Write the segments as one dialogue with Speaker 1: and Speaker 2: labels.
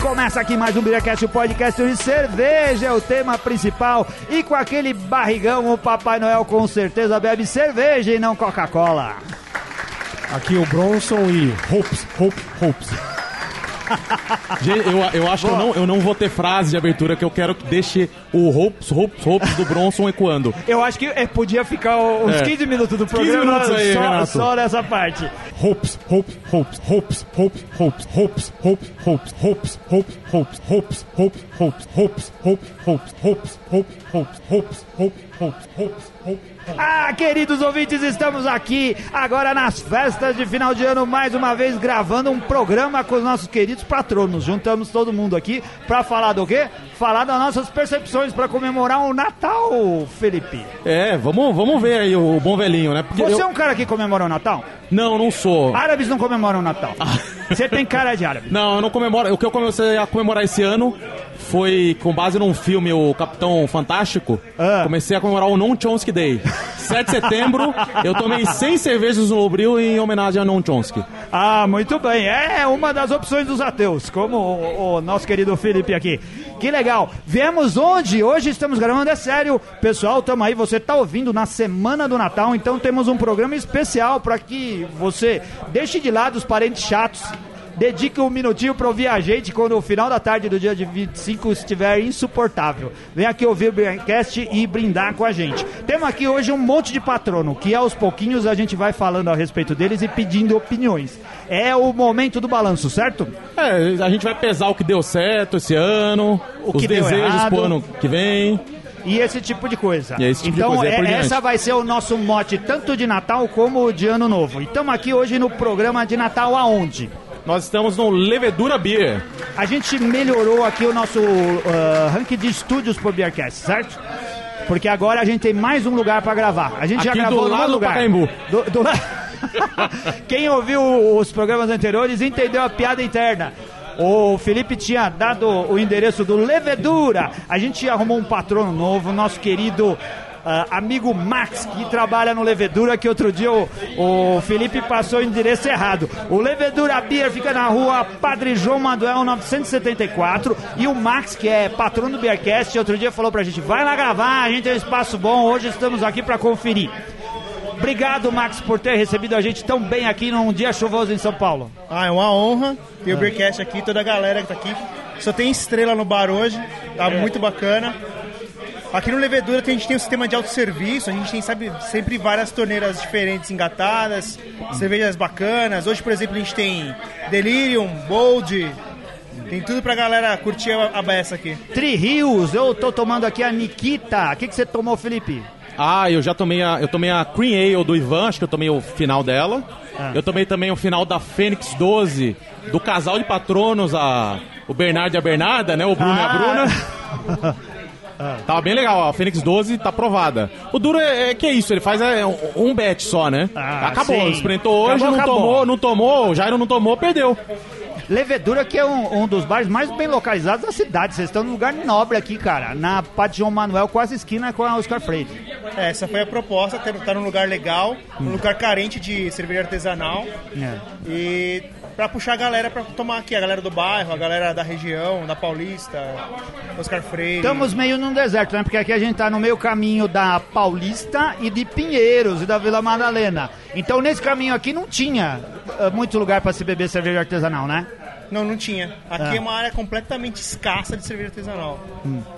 Speaker 1: Começa aqui mais um Biracast, o podcast de cerveja é o tema principal. E com aquele barrigão, o Papai Noel com certeza bebe cerveja e não Coca-Cola.
Speaker 2: Aqui o Bronson e Hopes, Hope, Hopes.
Speaker 3: Gente, eu, eu acho que eu não, eu não vou ter frase de abertura que eu quero que deixe o Hopes, Hopes, Hopes do Bronson ecoando.
Speaker 1: Eu acho que é, podia ficar uns
Speaker 3: É.
Speaker 1: 15 minutos do
Speaker 3: 15
Speaker 1: programa
Speaker 3: minutos aí,
Speaker 1: só,
Speaker 3: Renato.
Speaker 1: só nessa parte.
Speaker 2: Hopes, Hopes, Hopes, Hopes, Hopes, Hopes, Hopes, Hopes, Hopes, Hopes, Hopes, Hopes, Hopes, Hopes, Hopes, Hopes, Hopes, Hopes, Hopes, Hopes, Hopes, Hopes, Hopes, Hopes, Hopes, Hopes, Hopes.
Speaker 1: Ah, queridos ouvintes, estamos aqui agora nas festas de final de ano, mais uma vez gravando um programa com os nossos queridos patronos. Juntamos todo mundo aqui pra falar do quê? Falar das nossas percepções pra comemorar o Natal, Felipe.
Speaker 3: É, vamos, vamos ver aí o bom velhinho, né? Porque
Speaker 1: Você é
Speaker 3: eu...
Speaker 1: um cara que comemora o Natal?
Speaker 3: Não, não sou.
Speaker 1: Árabes não comemoram o Natal. Você tem cara de árabe.
Speaker 3: Não, eu não comemoro. O que eu comecei a comemorar esse ano foi com base num filme, o Capitão Fantástico.
Speaker 1: Ah.
Speaker 3: Comecei a comemorar o Non Chomsky Day. 7 de setembro, eu tomei 100 cervejas no Obril em homenagem a Non Chomsky.
Speaker 1: Ah, muito bem. É uma das opções dos ateus, como o, o nosso querido Felipe aqui. Que legal. Viemos onde? Hoje estamos gravando, é sério. Pessoal, tamo aí. Você tá ouvindo na semana do Natal, então temos um programa especial para que você deixe de lado os parentes chatos. Dedique um minutinho para ouvir a gente quando o final da tarde do dia de 25 estiver insuportável. Vem aqui ouvir o Braincast e brindar com a gente. Temos aqui hoje um monte de patrono, que aos pouquinhos a gente vai falando a respeito deles e pedindo opiniões. É o momento do balanço, certo?
Speaker 3: É, a gente vai pesar o que deu certo esse ano,
Speaker 1: O que
Speaker 3: os
Speaker 1: deu
Speaker 3: desejos
Speaker 1: errado.
Speaker 3: pro ano que vem.
Speaker 1: E esse tipo de coisa.
Speaker 3: E esse tipo de
Speaker 1: então,
Speaker 3: coisa, é por
Speaker 1: é-
Speaker 3: diante.
Speaker 1: essa vai ser o nosso mote, tanto de Natal como de Ano Novo. E estamos aqui hoje no programa de Natal aonde?
Speaker 3: Nós estamos no Levedura Beer.
Speaker 1: A gente melhorou aqui o nosso ah, ranking de estúdios pro Beercast, certo? Porque agora a gente tem mais um lugar pra gravar. A gente já
Speaker 3: Aqui
Speaker 1: gravou
Speaker 3: do
Speaker 1: num
Speaker 3: lado do
Speaker 1: lugar.
Speaker 3: Pacaembu.
Speaker 1: Do, do la- Quem ouviu os programas anteriores entendeu a piada interna. O Felipe tinha dado o endereço do Levedura. A gente arrumou um patrono novo, nosso querido ah, amigo Max, que trabalha no Levedura, que outro dia o, o Felipe passou o endereço errado. O Levedura Beer fica na rua Padre João Manuel 974 e o Max, que é patrono do Beercast, outro dia falou pra gente, vai lá gravar, a gente tem um espaço bom, hoje estamos aqui pra conferir. Obrigado, Max, por ter recebido a gente tão bem aqui num dia chuvoso em São Paulo.
Speaker 4: Ah, é uma honra ter o Beercast aqui, toda a galera que tá aqui. Só tem estrela no bar hoje, tá muito bacana. Aqui no Levedura tem- a gente tem um sistema de autosserviço, a gente tem sabe, sempre várias torneiras diferentes engatadas, cervejas bacanas. Hoje, por exemplo, a gente tem Delirium, Bold, tem tudo pra galera curtir a, a beça aqui.
Speaker 1: Tri Rios, eu tô tomando aqui a Nikita. O que, que você tomou, Felipe?
Speaker 3: Ah, eu já tomei a, eu tomei a Cream Ale do Ivan, acho que eu tomei o final dela.
Speaker 1: Ah.
Speaker 3: Eu tomei também o final da Fênix 12, do casal de patronos, a, o Bernardo e a Bernarda, né? O Bruno e a
Speaker 1: Ah.
Speaker 3: Bruna. Tava bem legal, ó, a Fênix 12 tá aprovada. O duro é, é que é isso, ele faz é, um, um bet só, né?
Speaker 1: Ah,
Speaker 3: acabou,
Speaker 1: sim.
Speaker 3: experimentou hoje,
Speaker 1: Acabou,
Speaker 3: não
Speaker 1: acabou.
Speaker 3: tomou, não tomou, o Jairo não tomou, perdeu.
Speaker 1: Levedura, que é um, um dos bares mais bem localizados da cidade. Vocês estão num lugar nobre aqui, cara. Na Pátio João Manuel, quase esquina com a Oscar Freire.
Speaker 4: É, essa foi a proposta, tá- tá num lugar legal, um lugar carente de cerveja artesanal.
Speaker 1: É.
Speaker 4: E pra puxar a galera pra tomar aqui, a galera do bairro, a galera da região, da Paulista, Oscar Freire.
Speaker 1: Estamos meio num deserto, né? Porque aqui a gente tá no meio caminho da Paulista e de Pinheiros e da Vila Madalena. Então, nesse caminho aqui não tinha eh, muito lugar pra se beber cerveja artesanal, né?
Speaker 4: Não, não tinha. Aqui
Speaker 1: Ah.
Speaker 4: é uma área completamente escassa de cerveja artesanal.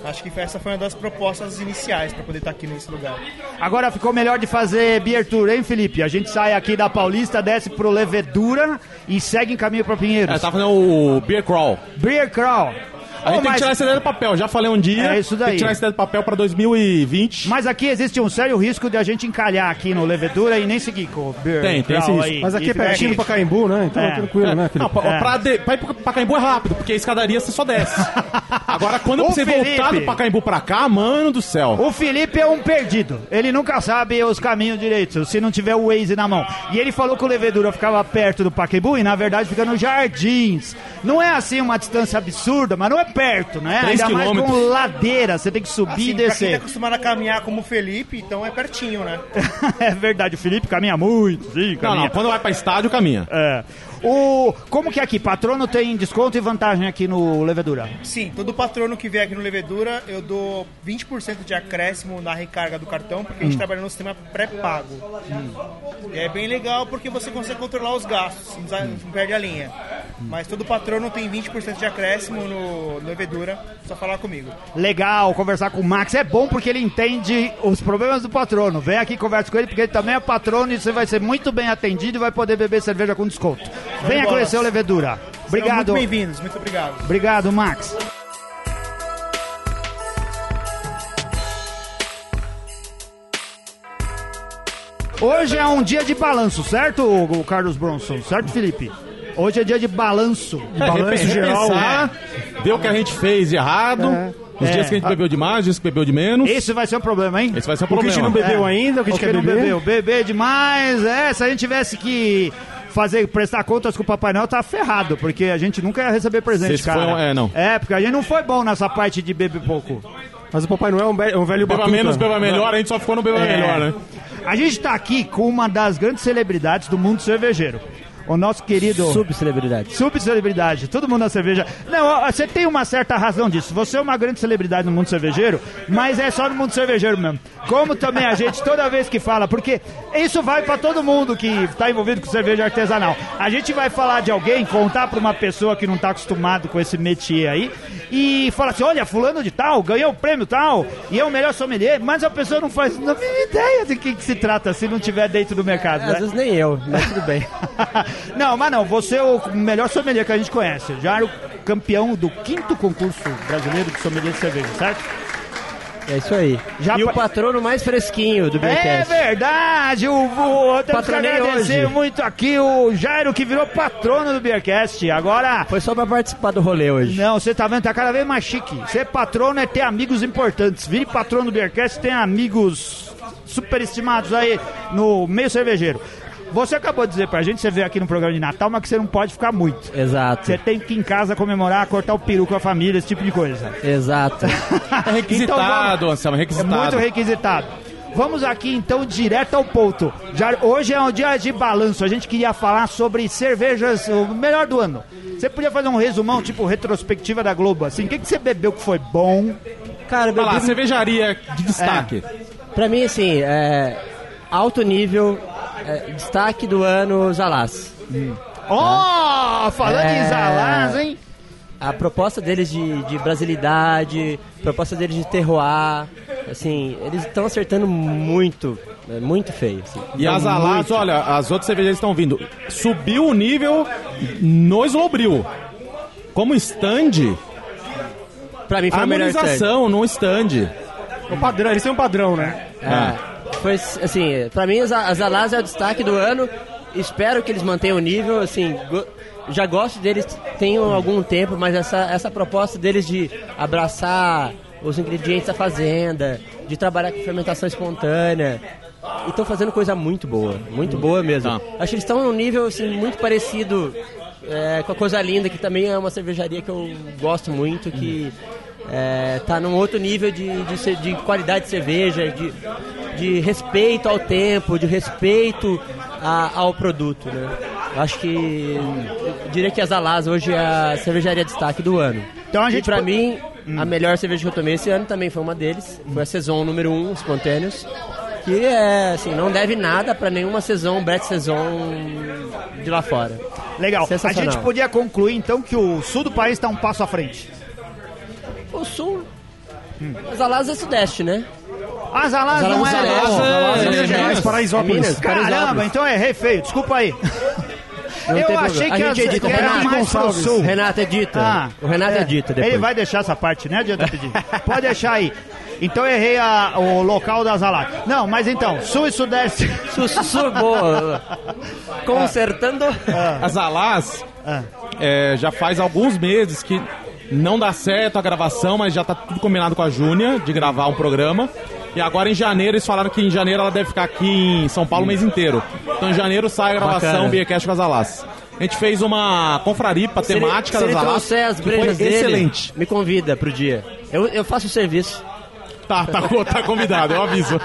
Speaker 4: Acho que essa foi uma das propostas iniciais pra poder estar aqui nesse lugar. Assim,
Speaker 1: Agora ficou melhor de fazer beer tour, hein, Felipe? A gente sai aqui da Paulista, desce pro Levedura e segue em caminho pra
Speaker 3: É,
Speaker 1: Pinheiros.
Speaker 3: tá fazendo o Beer Crawl.
Speaker 1: Beer Crawl.
Speaker 3: A gente
Speaker 1: Ô,
Speaker 3: tem que
Speaker 1: mas,
Speaker 3: tirar essa ideia do papel, já falei um dia.
Speaker 1: É isso
Speaker 3: Tem
Speaker 1: daí.
Speaker 3: que tirar essa ideia do papel pra 2020.
Speaker 1: mas aqui existe um sério risco de a gente encalhar aqui no Levedura e nem seguir com o Beer
Speaker 3: Tem, tem esse
Speaker 1: Crawl
Speaker 3: risco.
Speaker 1: aí.
Speaker 2: Mas aqui
Speaker 1: E
Speaker 2: é
Speaker 1: ficar
Speaker 2: pertinho do Pacaembu, né? Então
Speaker 1: né? É.
Speaker 2: é tranquilo, né,
Speaker 3: Não,
Speaker 2: Felipe?
Speaker 3: pra,
Speaker 1: É.
Speaker 3: pra de- pra ir pro Pacaembu é rápido, porque a escadaria você só desce. Agora, quando
Speaker 1: Ô,
Speaker 3: você
Speaker 1: Felipe!
Speaker 3: voltar do Pacaembu pra cá, mano do céu.
Speaker 1: O Felipe é um perdido. Ele nunca sabe os caminhos direitos, se não tiver o Waze na mão. E ele falou que o Levedura ficava perto do Pacaembu e, na verdade, fica nos Jardins. Não é assim uma distância absurda, mas não é perto, né?
Speaker 3: Três
Speaker 1: Ainda mais com
Speaker 3: quilômetros.
Speaker 1: ladeira, você tem que subir
Speaker 4: Assim,
Speaker 1: e
Speaker 4: pra quem tá
Speaker 1: descer.
Speaker 4: acostumado a caminhar como o Felipe, então é pertinho, né?
Speaker 1: é verdade, o Felipe caminha muito, sim,
Speaker 3: Não,
Speaker 1: caminha.
Speaker 3: não, quando vai pra estádio, caminha.
Speaker 1: É. O, como que é aqui? Patrono tem desconto e vantagem aqui no Levedura.
Speaker 4: Sim, todo patrono que vier aqui no Levedura, eu dou 20% de acréscimo na recarga do cartão, porque a
Speaker 5: Hum.
Speaker 4: gente trabalha no sistema pré-pago. E é bem legal porque você consegue controlar os gastos, não,
Speaker 5: Hum.
Speaker 4: sai- não perde a linha. Mas todo patrono tem 20% de acréscimo no no Levedura, só falar comigo. Então,
Speaker 1: Legal conversar com o Max. É bom porque ele entende os problemas do patrono. Vem aqui, conversa com ele, porque ele também é patrono e você vai ser muito bem atendido e vai poder beber cerveja com desconto. Venha
Speaker 4: bola.
Speaker 1: conhecer o Levedura.
Speaker 4: Serão
Speaker 1: Obrigado.
Speaker 4: Muito bem-vindos, muito obrigado.
Speaker 1: Obrigado, Max. Hoje é um dia de balanço, certo, o Carlos Bronson? Certo, Felipe? Hoje é dia de balanço. É.
Speaker 3: Repen- repensar, ver o que a gente fez de errado, os
Speaker 1: É.
Speaker 3: dias que a gente bebeu demais, os dias que bebeu de menos.
Speaker 1: Esse vai ser um problema, hein?
Speaker 3: Esse vai ser o
Speaker 2: O que a
Speaker 3: problema.
Speaker 2: gente não bebeu
Speaker 1: É.
Speaker 2: ainda, o que a gente quer
Speaker 1: não
Speaker 2: beber.
Speaker 1: bebeu. Beber demais, é, se a gente tivesse que fazer, prestar contas com o Papai Noel, tá ferrado, porque a gente nunca ia receber presente,
Speaker 3: Vocês
Speaker 1: cara.
Speaker 3: foram- é, não.
Speaker 1: É, porque a gente não foi bom nessa parte de beber pouco.
Speaker 2: Mas o Papai Noel é um, be- é um velho
Speaker 3: Beba
Speaker 2: batuta.
Speaker 3: menos, beba melhor, a gente só ficou no beba
Speaker 1: É.
Speaker 3: melhor, né?
Speaker 1: A gente tá aqui com uma das grandes celebridades do mundo cervejeiro. O nosso querido...
Speaker 6: Subcelebridade.
Speaker 1: Subcelebridade, todo mundo na cerveja. Não, ó, você tem uma certa razão disso. Você é uma grande celebridade no mundo cervejeiro, mas é só no mundo cervejeiro mesmo. Como também a gente toda vez que fala, porque isso vai pra todo mundo que está envolvido com cerveja artesanal. A gente vai falar de alguém, contar pra uma pessoa que não tá acostumado com esse métier aí e fala assim: "Olha, fulano de tal ganhou o prêmio tal e é o melhor sommelier", mas a pessoa não faz não tem ideia de que, que se trata se não tiver dentro do mercado, né?
Speaker 6: Às vezes nem eu, mas tudo bem.
Speaker 1: não, mas não, você é o melhor sommelier que a gente conhece. Já era o campeão do quinto concurso brasileiro de sommelier de cerveja, certo?
Speaker 6: É isso aí.
Speaker 1: Já
Speaker 6: e
Speaker 1: pa-
Speaker 6: o patrono mais fresquinho do
Speaker 1: É
Speaker 6: Beercast.
Speaker 1: verdade! O, o, eu tenho que
Speaker 6: Patronei
Speaker 1: agradecer
Speaker 6: hoje.
Speaker 1: muito aqui o Jairo, que virou patrono do Beercast. Agora,
Speaker 6: Foi só pra participar do rolê hoje.
Speaker 1: não, você tá vendo, tá cada vez mais chique. Ser patrono é ter amigos importantes. Vire patrono do Beercast, tem amigos superestimados aí no meio cervejeiro. Você acabou de dizer pra gente, você veio aqui no programa de Natal, mas que você não pode ficar muito.
Speaker 6: Exato.
Speaker 1: Você tem que ir em casa comemorar, cortar o peru com a família, esse tipo de coisa.
Speaker 6: Exato.
Speaker 1: É
Speaker 3: Requisitado, Anselmo,
Speaker 1: É
Speaker 3: requisitado.
Speaker 1: muito requisitado. Vamos aqui então direto ao ponto. Já, hoje é um dia de balanço. A gente queria falar sobre cervejas, o melhor do ano. Você podia fazer um resumão, tipo retrospectiva da Globo, assim? O que, que você bebeu que foi bom?
Speaker 6: Cara, eu
Speaker 3: Vai lá,
Speaker 6: bebi-
Speaker 3: cervejaria de
Speaker 1: É.
Speaker 3: destaque.
Speaker 6: pra mim, assim, é... alto nível, é, destaque do ano, Zalaz.
Speaker 1: Ó, falando em
Speaker 6: É.
Speaker 1: Zalaz, hein?
Speaker 6: A proposta deles de, de brasilidade, proposta deles de terroir, assim, eles estão acertando muito, é, muito feio. assim.
Speaker 3: E
Speaker 6: Tão
Speaker 3: as alas,
Speaker 6: muito-
Speaker 3: olha, as outras cervejarias estão vindo. Subiu o nível no Slowbril. Como stand,
Speaker 6: Pra mim foi a melhor série.
Speaker 3: harmonização no stand.
Speaker 2: O padrão, eles têm um padrão, né?
Speaker 3: Ah.
Speaker 6: É, foi assim, pra mim as as Alas é o destaque do ano. Espero que eles mantenham o nível, assim, go- já gosto deles tenho algum tempo, mas essa, essa proposta deles de abraçar os ingredientes da fazenda, de trabalhar com fermentação espontânea. E estão fazendo coisa muito boa, muito boa mesmo.
Speaker 3: Tá.
Speaker 6: Acho que eles estão num nível assim, muito parecido é, com a Coisa Linda, que também é uma cervejaria que eu gosto muito, que é, tá num outro nível de, de, ce- de qualidade de cerveja, de, de respeito ao tempo, de respeito a- ao produto. Né? Eu Acho que eu diria que a Zalaz hoje é a cervejaria destaque do ano.
Speaker 1: Então a gente
Speaker 6: e pra
Speaker 1: po- Hum.
Speaker 6: mim, a melhor cerveja que eu tomei esse ano também foi uma deles. Foi a Saison número 1, um, Espontâneos. Que é, assim, não deve nada pra nenhuma Saison, Brett Saison de lá fora.
Speaker 1: Legal. A
Speaker 6: Sensacional.
Speaker 1: gente podia concluir então que o sul do país está um passo à frente.
Speaker 6: O Sul...
Speaker 1: Hum.
Speaker 6: Mas a Lasa é Sudeste, né?
Speaker 1: Ah, Zalaz
Speaker 6: Zalaz
Speaker 1: não
Speaker 6: é
Speaker 1: é.
Speaker 6: Zalaz,
Speaker 1: Zalaz,
Speaker 6: Zalaz
Speaker 3: é
Speaker 1: Minas
Speaker 3: Minas
Speaker 1: Gerais.
Speaker 3: Gerais.
Speaker 2: Mas Paraisópolis.
Speaker 6: Minas.
Speaker 1: Caramba,
Speaker 6: Paraisópolis.
Speaker 1: então errei feio, desculpa aí.
Speaker 6: Não
Speaker 1: eu
Speaker 6: tem
Speaker 1: achei
Speaker 6: problema.
Speaker 1: que
Speaker 6: A
Speaker 1: as-
Speaker 6: gente edita,
Speaker 1: que
Speaker 6: o
Speaker 1: era
Speaker 6: Renato
Speaker 1: mais pro
Speaker 6: Gonçalves.
Speaker 1: sul.
Speaker 6: Renato edita.
Speaker 1: Ah,
Speaker 6: o Renato
Speaker 1: é.
Speaker 6: edita depois.
Speaker 1: Ele vai deixar essa parte, né? Adianta pedir. Pode deixar aí. Então errei a- o local da Zalac. Não, mas então, sul e sudeste.
Speaker 6: Su- su- su- boa. Consertando...
Speaker 3: As alas
Speaker 1: Ah.
Speaker 3: é, já faz alguns meses que não dá certo a gravação, mas já tá tudo combinado com a Júnia de gravar um programa. E agora em janeiro, eles falaram que em janeiro ela deve ficar aqui em São Paulo o mês inteiro. Então em janeiro sai a gravação
Speaker 6: Bacana.
Speaker 3: Beercast com as alas. A gente fez uma confraripa
Speaker 6: Se ele-
Speaker 3: temática
Speaker 6: se ele,
Speaker 3: das Alascas,
Speaker 6: trouxer as
Speaker 3: que foi
Speaker 6: brejas dele,
Speaker 3: Excelente.
Speaker 6: me convida pro dia. Eu, eu faço o serviço.
Speaker 3: Tá, tá, co- tá convidado, eu aviso.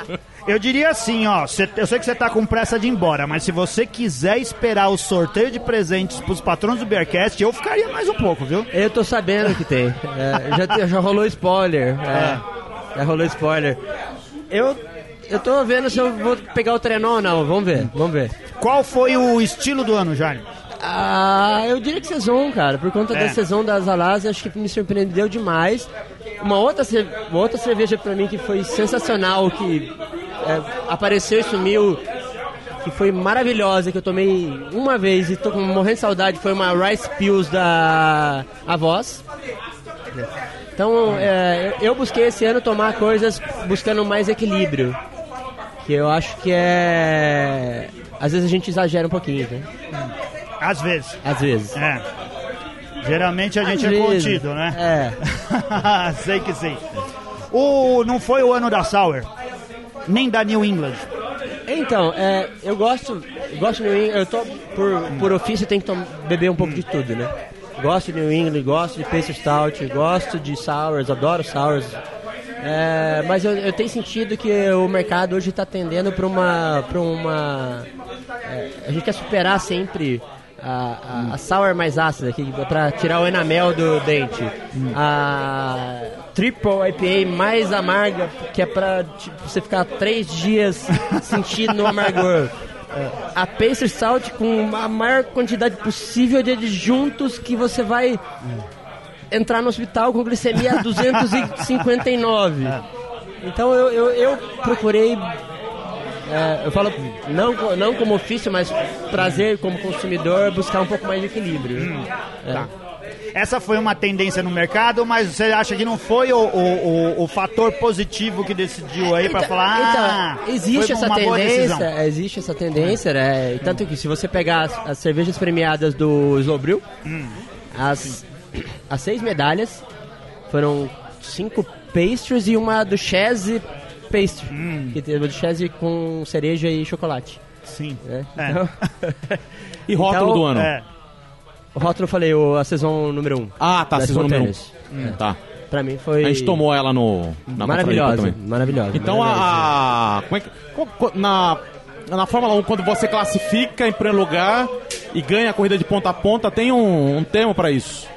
Speaker 1: Eu diria assim, ó, cê- eu sei que você tá com pressa de ir embora, mas se você quiser esperar o sorteio de presentes pros patrões do Bearcast, eu ficaria mais um pouco, viu?
Speaker 6: Eu tô sabendo que tem. É, já, te- já rolou spoiler. É, já rolou spoiler. Eu, eu tô vendo se eu vou pegar o trenó ou não. Vamos ver, vamos ver.
Speaker 1: Qual foi o estilo do ano, Jaime?
Speaker 6: Ah, eu diria que Saison, cara. Por conta
Speaker 1: É.
Speaker 6: da Saison das Alas, acho que me surpreendeu demais. Uma outra, ce- uma outra cerveja pra mim que foi sensacional, que é, apareceu e sumiu, que foi maravilhosa, que eu tomei uma vez e tô com- morrendo de saudade, foi uma Rice Pills da Avós. Então, é, eu eu busquei esse ano tomar coisas buscando mais equilíbrio. Que eu acho que é... Às vezes a gente exagera um pouquinho, né?
Speaker 1: Às vezes.
Speaker 6: Às vezes.
Speaker 1: É. Geralmente a gente
Speaker 6: Às
Speaker 1: é
Speaker 6: vezes.
Speaker 1: contido, né?
Speaker 6: É.
Speaker 1: sei que sim. O, não foi o ano da Sour, nem da New England.
Speaker 6: Então, é, eu gosto, gosto de New England, eu tô, por, por ofício tem que tom- beber um pouco de tudo, né? Gosto de New England, gosto de Pacer Stout, gosto de Sours, adoro Sours. É, mas eu, eu tenho sentido que o mercado hoje está tendendo para uma, pra uma... é, a gente quer superar sempre a, a, a sour mais ácida, que para tirar o enamel do dente. A triple IPA mais amarga, que é para você ficar três dias sentindo o amargor. É, A Pacer Salt com a maior quantidade possível de adjuntos que você vai entrar no hospital com glicemia 259. Então eu, eu, eu procurei é, eu falo não, co- não como ofício, mas prazer como consumidor buscar um pouco mais de equilíbrio.
Speaker 1: Hum,
Speaker 6: É.
Speaker 1: tá. Essa foi uma tendência no mercado, mas você acha que não foi o, o, o- o fator positivo que decidiu aí pra
Speaker 6: Então-
Speaker 1: falar? ah,
Speaker 6: então, existe
Speaker 1: foi
Speaker 6: essa
Speaker 1: uma boa decisão.
Speaker 6: tendência, existe essa tendência, né? E tanto que se você pegar as, as cervejas premiadas do Slowbril,
Speaker 1: Hum.
Speaker 6: as, as seis medalhas foram cinco pastries e uma do Chese pastry,
Speaker 1: Hum.
Speaker 6: que teve do Chese com cereja e chocolate.
Speaker 1: Sim.
Speaker 6: né?
Speaker 1: É.
Speaker 6: Então,
Speaker 3: E rótulo
Speaker 6: Então,
Speaker 3: do ano?
Speaker 1: É.
Speaker 6: o rótulo eu falei, o, a sessão número um.
Speaker 3: Ah, tá,
Speaker 6: da
Speaker 3: season número
Speaker 6: Spontaneous.
Speaker 3: 1. Um. Tá.
Speaker 6: Pra mim foi...
Speaker 3: A gente tomou ela no, na confraripa
Speaker 6: Maravilhosa,
Speaker 3: também.
Speaker 6: maravilhosa.
Speaker 3: Então
Speaker 6: maravilhosa.
Speaker 3: a. a- como é que- co- co- na, na Fórmula 1, quando você classifica em primeiro lugar e ganha a corrida de ponta a ponta, tem um, um termo pra isso.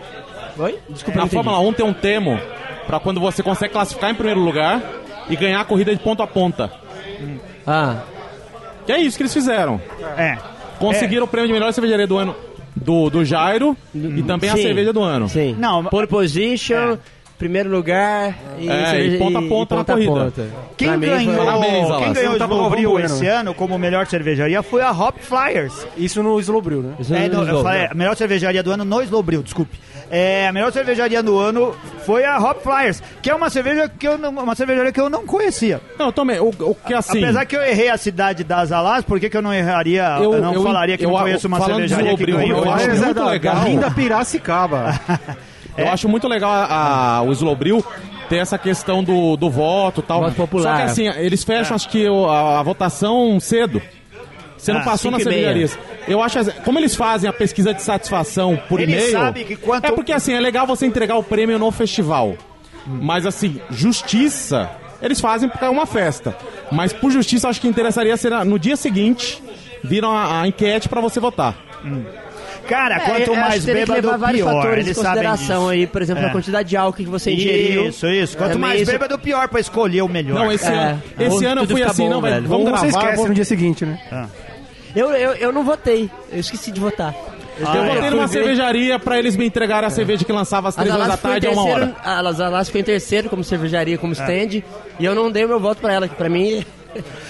Speaker 6: Oi? Desculpa, não
Speaker 3: Na
Speaker 6: entendi.
Speaker 3: Fórmula 1 tem um termo pra quando você consegue classificar em primeiro lugar e ganhar a corrida de ponta a ponta.
Speaker 6: Ah,
Speaker 3: Que é isso que eles fizeram.
Speaker 1: É.
Speaker 3: Conseguiram o prêmio de melhor cervejaria do ano do, do Jairo e também a
Speaker 6: Hum, Sim.
Speaker 3: cerveja do ano.
Speaker 6: Sim.
Speaker 1: Não,
Speaker 6: Pole position, primeiro lugar e,
Speaker 3: É, e ponta a ponta na corrida.
Speaker 1: Quem
Speaker 6: Pra mim foi-
Speaker 1: ganhou,
Speaker 3: Parabéns, Alas.
Speaker 1: quem
Speaker 3: Você
Speaker 5: não
Speaker 1: ganhou
Speaker 5: tá
Speaker 1: o Rio
Speaker 5: provando,
Speaker 1: esse ano como melhor cervejaria foi a Hop Flyers.
Speaker 5: Isso no Slowbril, né?
Speaker 6: Isso
Speaker 1: É, não, eu
Speaker 6: resolve.
Speaker 1: falei, a melhor cervejaria do ano no Slowbril, desculpe. É, a melhor cervejaria do ano foi a Hop Flyers, que é uma cerveja que eu não, uma cervejaria que eu não conhecia.
Speaker 3: Não, também, o, o que assim.
Speaker 1: Apesar que eu errei a cidade das Alas, por que, que eu não erraria, eu, não falaria que eu, conheço uma
Speaker 3: falando de
Speaker 1: cervejaria que
Speaker 3: Slowbril,
Speaker 1: ganhou?
Speaker 3: eu acho
Speaker 5: Mas é
Speaker 3: muito
Speaker 5: da,
Speaker 3: legal.
Speaker 5: da linda Piracicaba.
Speaker 6: É?
Speaker 3: Eu acho muito legal a- a- o Slowbril ter essa questão do, do voto e tal.
Speaker 6: Voto popular. É.
Speaker 3: Só que assim, eles fecham acho que o- a, a votação cedo. Você
Speaker 1: Ah,
Speaker 3: não passou
Speaker 6: cinco
Speaker 3: nas
Speaker 6: e meia.
Speaker 3: cervejarias. Eu acho, assim, como eles fazem a pesquisa de satisfação por
Speaker 1: Eles
Speaker 3: e-mail.
Speaker 1: sabem que quanto-
Speaker 3: É porque assim, é legal você entregar o prêmio no festival.
Speaker 6: Hum.
Speaker 3: Mas assim, justiça, eles fazem porque é uma festa. Mas por justiça, acho que interessaria ser na- no dia seguinte viram a, a enquete pra você votar.
Speaker 1: Cara,
Speaker 6: É,
Speaker 1: quanto
Speaker 6: eu acho
Speaker 1: mais
Speaker 6: que teria que
Speaker 1: bêbado,
Speaker 6: levar vários
Speaker 1: pior.
Speaker 6: fatores em
Speaker 1: Eles sabem
Speaker 6: consideração
Speaker 1: disso.
Speaker 6: aí, por exemplo,
Speaker 1: É.
Speaker 6: a quantidade de álcool que você ingeriu.
Speaker 1: Isso, isso. Quanto
Speaker 6: É,
Speaker 1: mais
Speaker 6: isso-
Speaker 1: bêbado, pior pra escolher o melhor.
Speaker 3: Não, esse
Speaker 6: É.
Speaker 3: ano, esse
Speaker 6: Ou
Speaker 3: ano eu
Speaker 6: tudo
Speaker 3: fui
Speaker 6: fica
Speaker 3: assim,
Speaker 6: bom,
Speaker 3: não, velho,
Speaker 6: velho.
Speaker 3: vamos
Speaker 5: Ou
Speaker 3: gravar.
Speaker 5: você esquece
Speaker 3: vou-
Speaker 5: no dia seguinte, né?
Speaker 6: Eu, eu, eu não votei, eu esqueci de votar. Eu
Speaker 1: Ah,
Speaker 3: Eu botei
Speaker 1: é.
Speaker 3: numa
Speaker 6: fui ver.
Speaker 3: cervejaria pra eles me entregarem a cerveja que lançava às
Speaker 6: A
Speaker 3: 3 horas da
Speaker 6: Dallas ficou em
Speaker 3: tarde a uma
Speaker 6: terceiro,
Speaker 3: hora.
Speaker 6: a Dallas ficou em terceiro como cervejaria, como stand, e eu não dei o meu voto pra ela, que pra mim...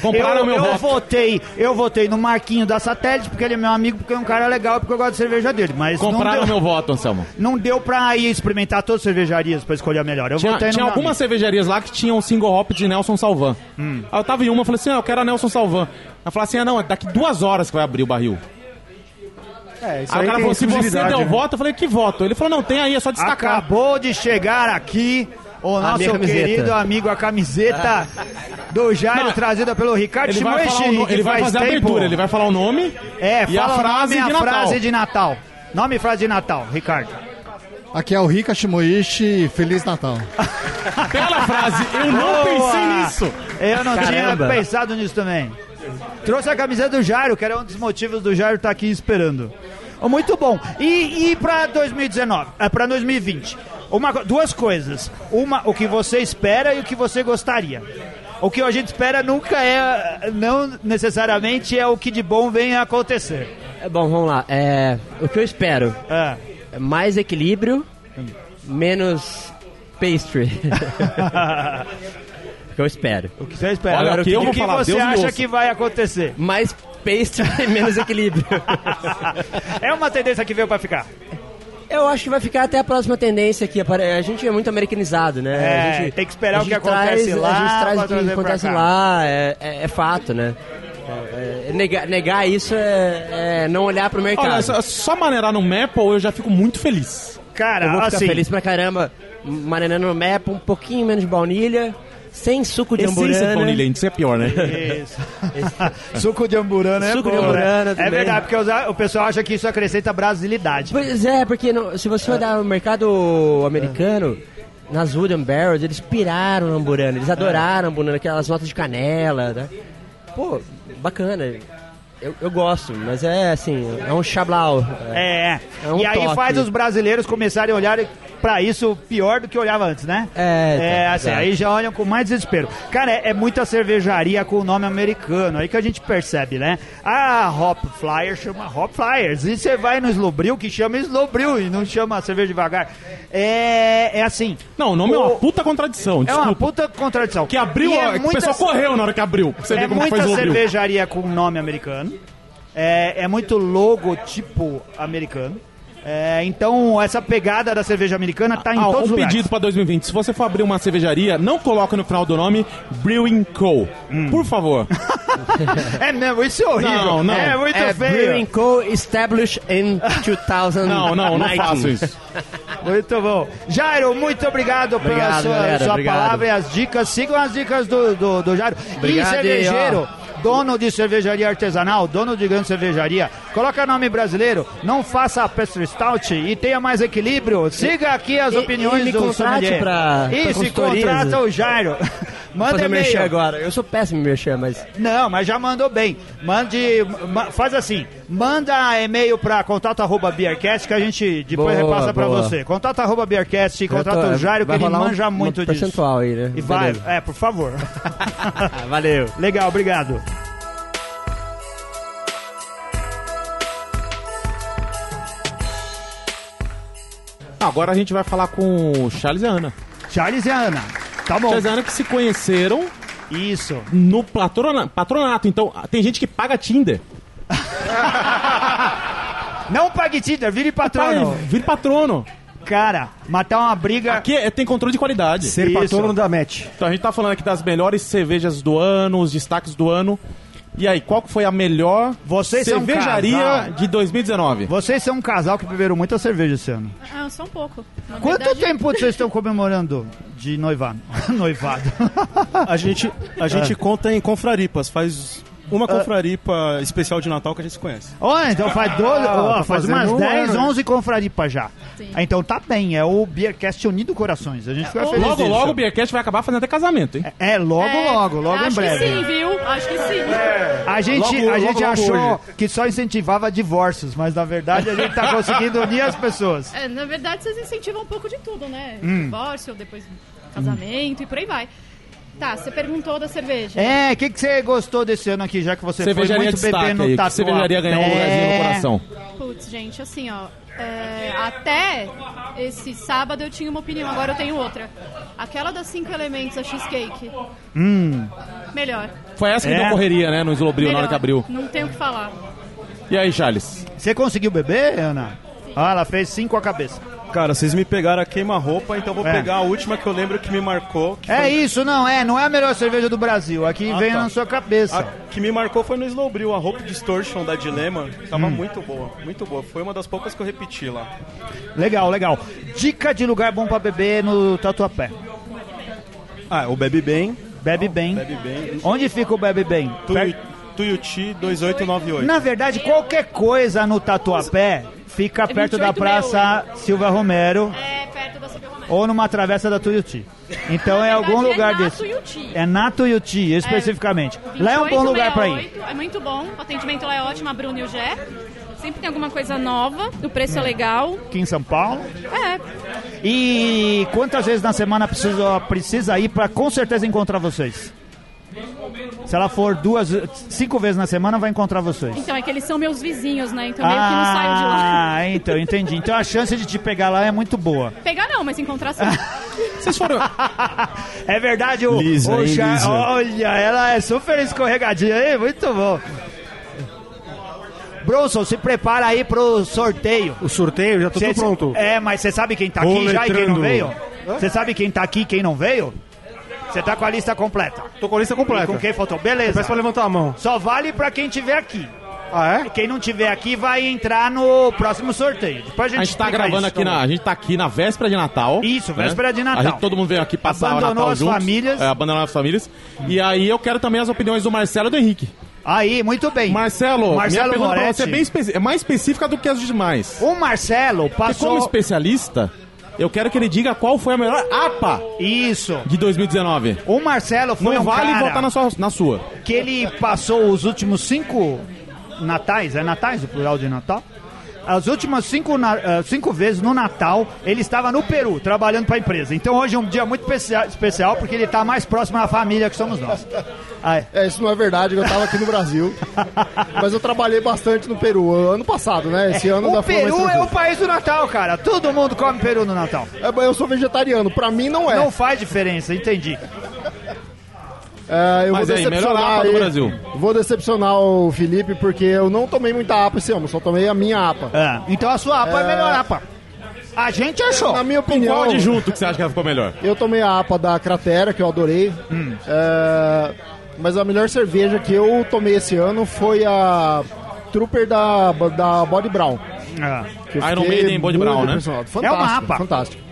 Speaker 3: Compraram
Speaker 1: eu,
Speaker 3: um meu
Speaker 1: eu
Speaker 3: voto.
Speaker 1: votei, eu votei no Marquinho da Satélite, porque ele é meu amigo, porque é um cara legal, porque eu gosto de cerveja dele. Mas não
Speaker 3: Compraram
Speaker 1: deu,
Speaker 3: meu voto, Anselmo.
Speaker 1: não deu pra ir experimentar todas as cervejarias pra escolher a melhor. Eu
Speaker 3: Tinha,
Speaker 1: votei
Speaker 3: tinha
Speaker 1: no meu
Speaker 3: algumas
Speaker 1: amigo.
Speaker 3: cervejarias lá que tinham um single hop de Nelson Salvan.
Speaker 1: Hum.
Speaker 3: Aí eu tava em uma, eu falei assim, ah, eu quero a Nelson Salvan. Ela falou assim, ah não, é daqui duas horas que vai abrir o barril.
Speaker 5: É, isso
Speaker 3: Aí o cara
Speaker 5: tem
Speaker 3: falou, se você
Speaker 5: exclusividade,
Speaker 3: deu
Speaker 5: né?
Speaker 3: né? voto, eu falei, que voto? Ele falou, não, tem aí, é só destacar.
Speaker 1: Acabou de chegar aqui o
Speaker 6: A minha
Speaker 1: nosso
Speaker 6: camiseta.
Speaker 1: querido amigo, a camiseta do Jairo, trazida pelo Ricardo
Speaker 3: Ele vai, falar o
Speaker 1: Shimoeshi,
Speaker 3: no-
Speaker 1: que
Speaker 3: ele vai
Speaker 1: faz
Speaker 3: fazer a
Speaker 1: tempo.
Speaker 3: abertura, ele vai falar o nome
Speaker 1: É,
Speaker 3: e a
Speaker 1: fala o nome,
Speaker 3: frase de
Speaker 1: e a
Speaker 3: Natal.
Speaker 1: frase de Natal. Nome e frase de Natal, Ricardo.
Speaker 7: Aqui é o Rica Shimoishi, Feliz Natal.
Speaker 3: Bela frase, eu não
Speaker 1: Boa!
Speaker 3: pensei nisso.
Speaker 1: Eu não
Speaker 6: Caramba.
Speaker 1: tinha pensado nisso também. Trouxe a camiseta do Jairo, que era um dos motivos do Jairo estar aqui esperando. Oh, Muito bom. E, e para 2019, é, para 2020, uma, co- duas coisas. Uma, o que você espera e o que você gostaria. O que a gente espera nunca é, não necessariamente é o que de bom vem a acontecer.
Speaker 6: É, bom, vamos lá. É, o que eu espero?
Speaker 1: É.
Speaker 6: É mais equilíbrio, menos pastry. o que eu espero.
Speaker 1: O que você espera?
Speaker 3: Olha,
Speaker 1: Agora,
Speaker 3: o que eu vou falar,
Speaker 1: você
Speaker 3: Deus me
Speaker 1: acha
Speaker 3: ouça.
Speaker 1: que vai acontecer?
Speaker 6: Mais pastry e menos equilíbrio.
Speaker 1: É uma tendência que veio pra ficar.
Speaker 6: Eu acho que vai ficar até a próxima tendência aqui. apare- A gente é muito americanizado, né?
Speaker 1: É,
Speaker 6: A gente-
Speaker 1: tem que esperar
Speaker 6: a
Speaker 1: o que
Speaker 6: gente
Speaker 1: acontece
Speaker 6: traz-
Speaker 1: lá
Speaker 6: A gente traz
Speaker 1: pra
Speaker 6: o que
Speaker 1: trazer pra
Speaker 6: acontece
Speaker 1: cá.
Speaker 6: lá, é, é- é fato, né? É- é- negar, negar isso é, é não olhar pro mercado.
Speaker 3: Olha, só, só maneirar no Maple eu já fico muito feliz.
Speaker 1: Cara,
Speaker 6: Eu vou ficar
Speaker 1: assim,
Speaker 6: feliz pra caramba. Marinando no mapa, um pouquinho menos de baunilha, sem suco de
Speaker 3: Essência
Speaker 6: amburana.
Speaker 3: baunilha, isso é pior, né?
Speaker 1: Isso. Suco de amburana é
Speaker 6: Suco de
Speaker 1: bom,
Speaker 6: amburana
Speaker 1: né? É
Speaker 6: também.
Speaker 1: verdade, porque os- o pessoal acha que isso acrescenta brasilidade.
Speaker 6: Pois é, porque não- se você olhar no mercado americano, nas Wooden Barrels, eles piraram na amburana,
Speaker 1: É.
Speaker 6: eles adoraram a amburana, aquelas notas de canela, né? Pô, bacana. Eu, eu gosto, mas é assim, é um chablau.
Speaker 1: É, é.
Speaker 6: É um
Speaker 1: e aí
Speaker 6: toque.
Speaker 1: faz os brasileiros começarem a olhar pra isso pior do que olhava antes, né?
Speaker 6: É, tá,
Speaker 1: é assim,
Speaker 6: exato.
Speaker 1: aí já olham com mais desespero. Cara, é, é muita cervejaria com o nome americano, aí que a gente percebe, né? A Hop Flyer chama Hop Flyers, e você vai no Slobril que chama Slobril e não chama cerveja devagar. É, é assim.
Speaker 3: Não, o nome é
Speaker 1: O-
Speaker 3: uma puta contradição,
Speaker 1: É uma
Speaker 3: desculpa.
Speaker 1: puta contradição.
Speaker 3: Que abriu,
Speaker 1: E
Speaker 3: ó,
Speaker 1: é
Speaker 3: que o
Speaker 1: muita-
Speaker 3: pessoal correu na hora que abriu. pra Você
Speaker 1: é
Speaker 3: vê como que
Speaker 1: muita
Speaker 3: faz o abril.
Speaker 1: cervejaria com nome americano. É, é muito logotipo americano. É, então, essa pegada da cerveja americana tá em
Speaker 3: Ah,
Speaker 1: todos os
Speaker 3: um
Speaker 1: lugares.
Speaker 3: pedido pra 2020. Se você for abrir uma cervejaria, não coloca no final do nome Brewing Co. Por favor.
Speaker 1: É mesmo, isso é horrível.
Speaker 3: Não, não.
Speaker 1: É muito
Speaker 6: é
Speaker 1: feio.
Speaker 6: Brewing Co. established in 2000.
Speaker 3: Não, não, não faço isso.
Speaker 1: Muito bom. Jairo, muito obrigado, pela
Speaker 6: Obrigado,
Speaker 1: sua,
Speaker 6: galera,
Speaker 1: sua
Speaker 6: obrigado.
Speaker 1: palavra e as dicas. Sigam as dicas do, do, do Jairo.
Speaker 6: Obrigado,
Speaker 1: e cervejeiro, dono de cervejaria artesanal, dono de grande cervejaria, coloca nome brasileiro, não faça a Pestry Stout e tenha mais equilíbrio. Siga aqui as
Speaker 6: E-
Speaker 1: opiniões
Speaker 6: e me
Speaker 1: do
Speaker 6: contrate
Speaker 1: sommelier.
Speaker 6: pra- pra
Speaker 1: E se
Speaker 6: consultorias.
Speaker 1: contrata o Jairo. Manda
Speaker 6: Fazer merchan
Speaker 1: e-mail.
Speaker 6: agora. Eu sou péssimo em merchan, mas
Speaker 1: Não, mas já mandou bem. Mande, ma- faz assim, manda e-mail para contato@beercast que a gente depois
Speaker 6: Boa,
Speaker 1: repassa para
Speaker 6: boa.
Speaker 1: você. Contato@beercast,
Speaker 6: Eu
Speaker 1: contrata
Speaker 6: tô-
Speaker 1: o Jairo que
Speaker 6: vai
Speaker 1: ele
Speaker 6: rolar um-
Speaker 1: manja
Speaker 6: um
Speaker 1: muito disso.
Speaker 6: percentual aí, né?
Speaker 1: E vai,
Speaker 6: Beleza.
Speaker 1: é, por favor.
Speaker 6: Ah, valeu.
Speaker 1: Legal, obrigado.
Speaker 3: Ah, Agora a gente vai falar com o Charles e a Ana.
Speaker 1: Charles e a Ana. Tá bom.
Speaker 3: Charles e a Ana que se conheceram
Speaker 1: Isso.
Speaker 3: no patrona- patronato. Então, tem gente que paga Tinder.
Speaker 1: Não pague Tinder, vire patrono.
Speaker 3: Pai, vira patrono.
Speaker 1: Cara, matar uma briga.
Speaker 3: Aqui é- tem controle de qualidade.
Speaker 5: Ser
Speaker 1: Isso.
Speaker 5: patrono da match.
Speaker 3: Então a gente tá falando aqui das melhores cervejas do ano, os destaques do ano. E aí, qual que foi a melhor
Speaker 1: Vocês são
Speaker 3: cervejaria
Speaker 1: casal.
Speaker 3: de 2019?
Speaker 1: Vocês são um casal que beberam muita cerveja esse ano.
Speaker 8: Ah, só um pouco. Na
Speaker 1: Quanto
Speaker 8: verdade,
Speaker 1: tempo vocês estão comemorando de noivado? noivado.
Speaker 9: A gente,
Speaker 3: É.
Speaker 9: a gente conta em confraripas, faz uma confraripa especial de Natal que a gente se conhece.
Speaker 1: Ó, então faz 12, ó,
Speaker 5: tá
Speaker 1: faz
Speaker 5: fazendo
Speaker 1: umas
Speaker 5: um
Speaker 1: 10,
Speaker 5: ano.
Speaker 1: 11 confraripas já.
Speaker 8: Sim.
Speaker 1: Ah, Então tá bem, é o Beercast Unido Corações. A gente fica
Speaker 8: bom.
Speaker 1: feliz.
Speaker 3: Logo,
Speaker 1: disso.
Speaker 3: logo o Beercast vai acabar fazendo até casamento, hein?
Speaker 1: É, logo,
Speaker 8: é,
Speaker 1: logo, logo em
Speaker 8: acho
Speaker 1: breve.
Speaker 8: que sim, viu? Acho que sim.
Speaker 1: A gente,
Speaker 3: Logo,
Speaker 1: a
Speaker 3: logo,
Speaker 1: gente
Speaker 3: logo
Speaker 1: achou
Speaker 3: hoje.
Speaker 1: que só incentivava divórcios, mas na verdade a gente tá conseguindo unir as pessoas.
Speaker 8: É, na verdade, vocês incentivam um pouco de tudo, né?
Speaker 1: Hum.
Speaker 8: Divórcio, depois casamento e por aí vai. Tá, você perguntou da cerveja.
Speaker 1: É, o que, que você gostou desse ano aqui, já que você foi
Speaker 3: cervejaria
Speaker 1: muito bebê
Speaker 3: destaque
Speaker 1: no
Speaker 3: aí.
Speaker 1: tatuapé?
Speaker 3: Que cervejaria
Speaker 9: É.
Speaker 3: ganhou um lugarzinho no coração.
Speaker 8: Putz, gente, assim, ó. é, até esse sábado eu tinha uma opinião, agora eu tenho outra. Aquela das cinco elementos, a cheesecake.
Speaker 1: Hum.
Speaker 8: Melhor.
Speaker 3: Foi essa que
Speaker 1: É.
Speaker 3: deu correria, né? No Slobril, na hora
Speaker 8: melhor.
Speaker 3: que abriu.
Speaker 8: Não tenho o que falar.
Speaker 3: E aí, Charles?
Speaker 1: É. Você conseguiu beber, Ana? Ah, ela fez cinco a cabeça.
Speaker 9: Cara, vocês me pegaram a queima-roupa, então eu vou
Speaker 1: É.
Speaker 9: pegar a última que eu lembro que me marcou. Que,
Speaker 1: É isso, não, é, não é a melhor cerveja do Brasil. Aqui
Speaker 9: Ah,
Speaker 1: vem
Speaker 9: tá.
Speaker 1: na sua cabeça.
Speaker 9: a- que me marcou foi no Slowbril, a roupa Distortion da Dilema.
Speaker 5: Hum.
Speaker 9: Tava muito boa, muito boa. Foi uma das poucas que eu repeti lá.
Speaker 1: Legal, legal. Dica de lugar bom pra beber no Tatuapé.
Speaker 9: Ah, o Bebe Bem.
Speaker 1: Bebe Bem.
Speaker 9: Bebe Bem.
Speaker 1: Onde fica o Bebe Bem?
Speaker 9: Tuiu- Tuiuti 2898.
Speaker 1: Na verdade, qualquer coisa no Tatuapé
Speaker 8: É
Speaker 1: fica perto da
Speaker 8: 2868.
Speaker 1: Praça Silva Romero
Speaker 8: É perto da Silvia Romero.
Speaker 1: ou numa travessa da Tuiuti. Então é
Speaker 8: Na
Speaker 1: algum
Speaker 8: verdade,
Speaker 1: lugar
Speaker 8: é na
Speaker 1: desse.
Speaker 8: Tuiuti.
Speaker 1: É na Tuiuti, especificamente. Lá é um bom lugar pra ir.
Speaker 8: 2868, É muito bom, o atendimento lá é ótimo, a Bruna e o Jé. Sempre tem alguma coisa nova, o preço é legal.
Speaker 1: Aqui em São Paulo.
Speaker 8: É,
Speaker 1: E quantas vezes na semana precisa, precisa ir pra com certeza encontrar vocês? Se ela for duas, cinco vezes na semana, vai encontrar vocês.
Speaker 8: então é que eles são meus vizinhos, né? Então meio que não saio de lá.
Speaker 1: Ah, então, entendi. Então a chance de te pegar lá é muito boa.
Speaker 8: Pegar não, mas encontrar sim.
Speaker 3: Vocês foram.
Speaker 1: É verdade, o,
Speaker 9: Lisa,
Speaker 1: o
Speaker 9: hein,
Speaker 1: Char-
Speaker 9: Lisa?
Speaker 1: Olha, ela é super escorregadinha aí, muito bom. Bronson, se prepara aí pro sorteio.
Speaker 5: O sorteio, já tô
Speaker 1: Cê-
Speaker 5: tudo pronto.
Speaker 1: É, mas você sabe quem tá aqui já e quem não
Speaker 5: Roletrando.
Speaker 1: veio? Você sabe quem tá aqui e quem não veio? Você tá com a lista completa.
Speaker 10: É,
Speaker 5: Tô com a lista
Speaker 1: E
Speaker 5: completa.
Speaker 1: com quem é faltou?
Speaker 5: Peço pra
Speaker 1: Beleza.
Speaker 5: levantar a mão.
Speaker 1: Só vale pra quem tiver aqui.
Speaker 5: Ah, é?
Speaker 1: Quem não tiver aqui vai entrar no próximo sorteio. Depois a
Speaker 3: A
Speaker 1: gente
Speaker 3: gente tá
Speaker 1: explica
Speaker 3: gravando
Speaker 1: isso,
Speaker 3: aqui
Speaker 1: então.
Speaker 3: na. A gente tá aqui na véspera de Natal. né?
Speaker 1: Isso, véspera de Natal.
Speaker 3: A gente, todo mundo veio aqui passar
Speaker 1: Abandonou
Speaker 3: o Natal
Speaker 1: as
Speaker 3: juntos.
Speaker 1: famílias.
Speaker 3: É, abandonou as famílias. E aí eu quero também as opiniões do Marcelo e do Henrique.
Speaker 1: Aí, muito bem.
Speaker 3: Marcelo, minha
Speaker 1: Marcelo
Speaker 3: pergunta pra
Speaker 1: Moretti.
Speaker 3: você é, bem especi- é mais específica do que as demais.
Speaker 1: O Marcelo
Speaker 3: Porque como
Speaker 1: passou.
Speaker 3: especialista, eu quero que ele diga qual foi a melhor APA
Speaker 1: Isso.
Speaker 3: de 2019.
Speaker 1: O Marcelo foi
Speaker 3: Não
Speaker 1: um
Speaker 3: vale
Speaker 1: cara
Speaker 3: votar na sua, na sua.
Speaker 1: que ele passou os últimos cinco natais, é natais o plural de natal? As últimas cinco, na- eh, cinco vezes no Natal, ele estava no Peru, trabalhando para a empresa. Então hoje é um dia muito especia- especial, porque ele está mais próximo da família que somos nós. Aí,
Speaker 7: É, isso não é verdade, eu tava aqui no Brasil. mas eu trabalhei bastante no Peru ano passado, né? Esse ano
Speaker 1: o
Speaker 7: da forma
Speaker 1: Peru é o
Speaker 7: estrangeira.
Speaker 1: país do Natal, cara. Todo mundo come peru no Natal.
Speaker 7: É, mas eu sou vegetariano, pra mim não é.
Speaker 1: Não faz diferença, entendi.
Speaker 7: É, eu
Speaker 3: Mas
Speaker 7: vou
Speaker 3: aí, melhor
Speaker 7: decepcionar
Speaker 3: APA do
Speaker 7: aí-
Speaker 3: Brasil.
Speaker 7: Vou decepcionar o Felipe porque eu não tomei muita APA esse ano, só tomei a minha APA.
Speaker 1: Ah, então a sua APA é,
Speaker 7: É.
Speaker 1: melhor APA. A gente achou.
Speaker 7: Na minha opinião,
Speaker 1: um
Speaker 3: Qual de junto que você acha que ela ficou melhor?
Speaker 7: eu tomei a APA da Cratera, que eu adorei.
Speaker 1: Hum.
Speaker 7: É, mas a melhor cerveja que eu tomei esse ano foi a Trooper da, da Body Brown.
Speaker 1: Ah.
Speaker 7: Que eu
Speaker 3: Iron
Speaker 7: fiquei
Speaker 3: Maiden, Bode
Speaker 7: muito
Speaker 3: Brown, né?
Speaker 7: impressionado.
Speaker 1: É
Speaker 7: Fantástico,
Speaker 1: uma APA.
Speaker 7: Fantástico.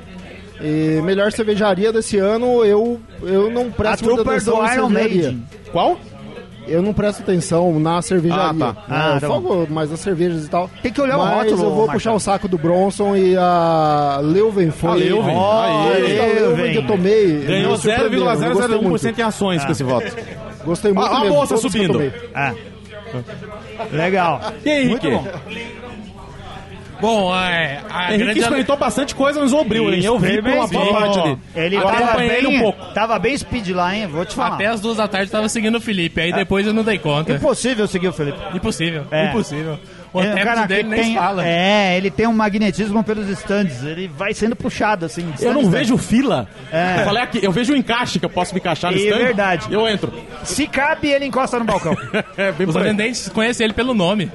Speaker 7: E melhor cervejaria desse ano, eu, eu não
Speaker 1: A
Speaker 7: presto muita
Speaker 1: Trooper
Speaker 7: atenção
Speaker 1: do
Speaker 7: na
Speaker 1: Iron
Speaker 7: cervejaria.
Speaker 1: Maiden.
Speaker 3: Qual?
Speaker 7: Eu não presto atenção na cervejaria.
Speaker 3: Ah, tá.
Speaker 7: né?
Speaker 1: Ah,
Speaker 7: eu
Speaker 1: tá
Speaker 7: foco mais nas cervejas e tal.
Speaker 1: Tem que olhar o
Speaker 7: Mas
Speaker 1: rótulo,
Speaker 7: eu vou
Speaker 1: Marcão.
Speaker 7: puxar o saco do Bronson e a Leuven foi.
Speaker 3: A Leuven.
Speaker 7: A
Speaker 3: Aê.
Speaker 7: Leuven que eu tomei.
Speaker 3: Ganhou
Speaker 7: me surpreendeu, eu gostei
Speaker 1: um
Speaker 7: muito.
Speaker 3: 0,001% em ações com esse voto.
Speaker 7: Gostei muito
Speaker 3: Ó, a
Speaker 7: mesmo,
Speaker 3: bolsa
Speaker 7: todos que eu
Speaker 3: subindo.
Speaker 7: tomei.
Speaker 1: Ah. Legal.
Speaker 3: E aí, Henrique?
Speaker 11: Bom, é, a
Speaker 3: Henrique
Speaker 11: grande ale-
Speaker 3: experimentou bastante coisa, mas obriu, hein? Eu vi por uma boa parte ali.
Speaker 1: Ele
Speaker 3: Eu
Speaker 1: tava
Speaker 3: acompanhei
Speaker 1: bem,
Speaker 3: ele um pouco.
Speaker 1: tava bem speed lá, hein? Vou te falar.
Speaker 11: até as duas da tarde eu tava seguindo o Felipe, aí depois eu não dei conta.
Speaker 1: Impossível seguir o Felipe.
Speaker 11: Impossível,
Speaker 1: É.
Speaker 11: impossível. O
Speaker 1: Ele é um
Speaker 11: tempo dele
Speaker 1: que
Speaker 11: nem
Speaker 1: tem-
Speaker 11: fala.
Speaker 1: É, ele tem um magnetismo pelos stands. Ele vai sendo puxado, assim. de
Speaker 3: Eu
Speaker 1: stand
Speaker 3: não
Speaker 1: em stand.
Speaker 3: vejo fila.
Speaker 1: É.
Speaker 3: Eu falei aqui, eu vejo o encaixe que eu posso me encaixar no
Speaker 1: É
Speaker 3: stand.
Speaker 1: verdade.
Speaker 3: Eu entro.
Speaker 1: Se cabe, ele encosta no balcão.
Speaker 3: É, bem
Speaker 11: Os
Speaker 3: por aí.
Speaker 11: atendentes conhecem ele pelo nome.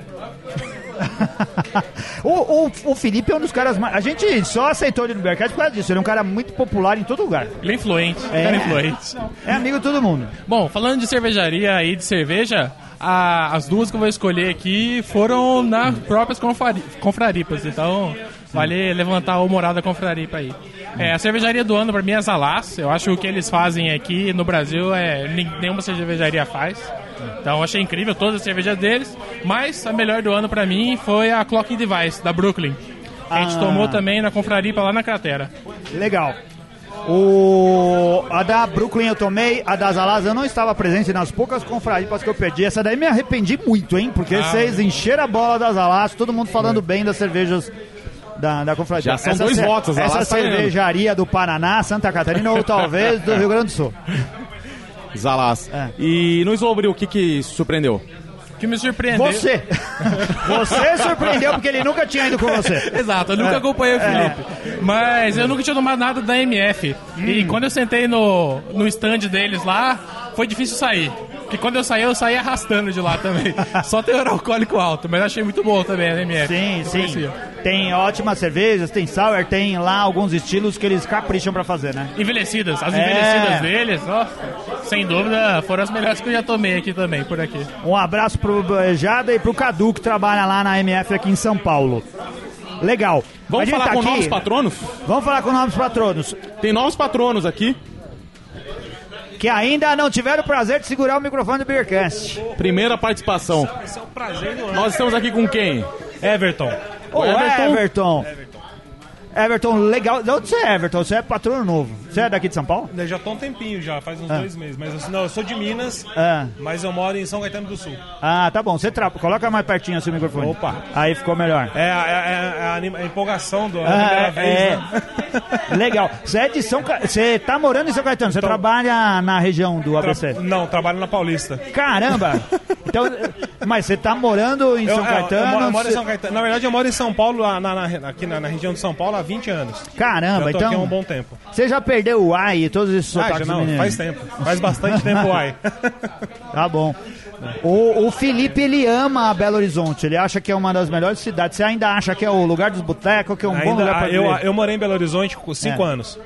Speaker 1: o, o, o Felipe é um dos caras mais. A gente só aceitou ele no Bearcat por causa disso. Ele é um cara muito popular em todo lugar.
Speaker 11: Ele é influente,
Speaker 1: É.
Speaker 11: cara influente.
Speaker 1: É amigo de todo mundo.
Speaker 11: Bom, falando de cervejaria e de cerveja, a- as duas que eu vou escolher aqui foram nas próprias confrari- confraripas, então vale levantar o moral da confraripa aí. É, a cervejaria do ano pra mim é Zalaz, eu acho que o que eles fazem aqui no Brasil é nin- nenhuma cervejaria faz. Então eu achei incrível todas as cervejas deles, mas a melhor do ano pra mim foi a Clocking Device da Brooklyn. que A gente
Speaker 1: Ah.
Speaker 11: tomou também na confraripa lá na cratera.
Speaker 1: Legal. O... A da Brooklyn eu tomei, a da Zalaz eu não estava presente nas poucas confraripas que eu perdi. Essa daí me arrependi muito, hein?
Speaker 3: Ah,
Speaker 1: Porque
Speaker 3: né?
Speaker 1: vocês encheram a bola da Zalaz, todo mundo falando bem das cervejas da, da confraria.
Speaker 3: Já são dois votos, a
Speaker 1: Essa
Speaker 3: Zalaz tá ganhando.
Speaker 1: cervejaria do Paraná, Santa Catarina ou talvez do Rio Grande do Sul.
Speaker 3: Zalaz.
Speaker 1: É.
Speaker 3: E nos obriu, o que que surpreendeu?
Speaker 11: O que me surpreendeu.
Speaker 1: Você! Você surpreendeu porque ele nunca tinha ido com você.
Speaker 11: Exato, eu nunca
Speaker 1: É.
Speaker 11: acompanhei o Felipe. Mas eu nunca tinha tomado nada da MF.
Speaker 1: Hum.
Speaker 11: E quando eu sentei no, no stand deles lá, foi difícil sair. Porque quando eu saí, eu saí arrastando de lá também. Só teor alcoólico alto, mas eu achei muito bom também a MF.
Speaker 1: Sim,
Speaker 11: Eu
Speaker 1: sim.
Speaker 11: conhecia.
Speaker 1: Tem ótimas cervejas, tem sour, tem lá alguns estilos que eles capricham pra fazer, né?
Speaker 11: Envelhecidas, as
Speaker 1: É.
Speaker 11: envelhecidas deles, nossa, sem dúvida, foram as melhores que eu já tomei aqui também, por aqui.
Speaker 1: Um abraço pro Jada e pro Cadu que trabalha lá na MF aqui em São Paulo. Legal. A
Speaker 3: Vamos
Speaker 1: gente
Speaker 3: falar
Speaker 1: tá
Speaker 3: com
Speaker 1: aqui-
Speaker 3: novos patronos?
Speaker 1: Vamos falar com novos patronos.
Speaker 3: Tem novos patronos aqui.
Speaker 1: que ainda não tiveram o prazer de segurar o microfone do Beercast.
Speaker 3: Primeira participação. Nós estamos aqui com quem?
Speaker 1: é?
Speaker 10: Everton.
Speaker 1: Ô, Everton. Everton. Everton, legal. De onde você é, Everton? Você é patrono novo. Você é daqui de São Paulo?
Speaker 10: Né, Já tô um tempinho já, faz uns
Speaker 1: Ah.
Speaker 10: dois meses. Mas eu, não, eu sou de Minas,
Speaker 1: Ah.
Speaker 10: mas eu moro em São Caetano do Sul.
Speaker 1: Ah, tá bom. Você tra... coloca mais pertinho assim o microfone. Opa. Aí ficou melhor.
Speaker 10: É, a- é- é a, anima- a empolgação do, da
Speaker 1: Ah,
Speaker 10: primeira
Speaker 1: é,
Speaker 10: vez,
Speaker 1: é.
Speaker 10: né?
Speaker 1: Legal. Você é de São Ca- Você tá morando em São Caetano, você trabalha na região do ABC?
Speaker 10: Não, trabalho na Paulista.
Speaker 1: Caramba! Então, mas você tá morando em
Speaker 10: Eu-
Speaker 1: São
Speaker 10: é, eu
Speaker 1: Caetano?
Speaker 10: moro- eu moro em
Speaker 1: você-
Speaker 10: São Caetano. Na verdade, eu moro em São Paulo, lá na, na- aqui na, na região de São Paulo, há 20 anos.
Speaker 1: Caramba,
Speaker 10: eu tô
Speaker 1: então.
Speaker 10: aqui há um bom tempo.
Speaker 1: Você já perdeu o ai e todos esses
Speaker 10: Ah,
Speaker 1: sotaques
Speaker 10: já não,
Speaker 1: mineiros?
Speaker 10: faz tempo. Faz bastante tempo o ai.
Speaker 1: Tá bom. O, o Felipe, ele ama Belo Horizonte. Ele acha que é uma das melhores cidades. Você ainda acha que é o lugar dos botecos, que é um bom lugar pra
Speaker 10: Ainda, eu,
Speaker 1: viver?
Speaker 10: eu morei em Belo Horizonte por 5
Speaker 1: É.
Speaker 10: anos.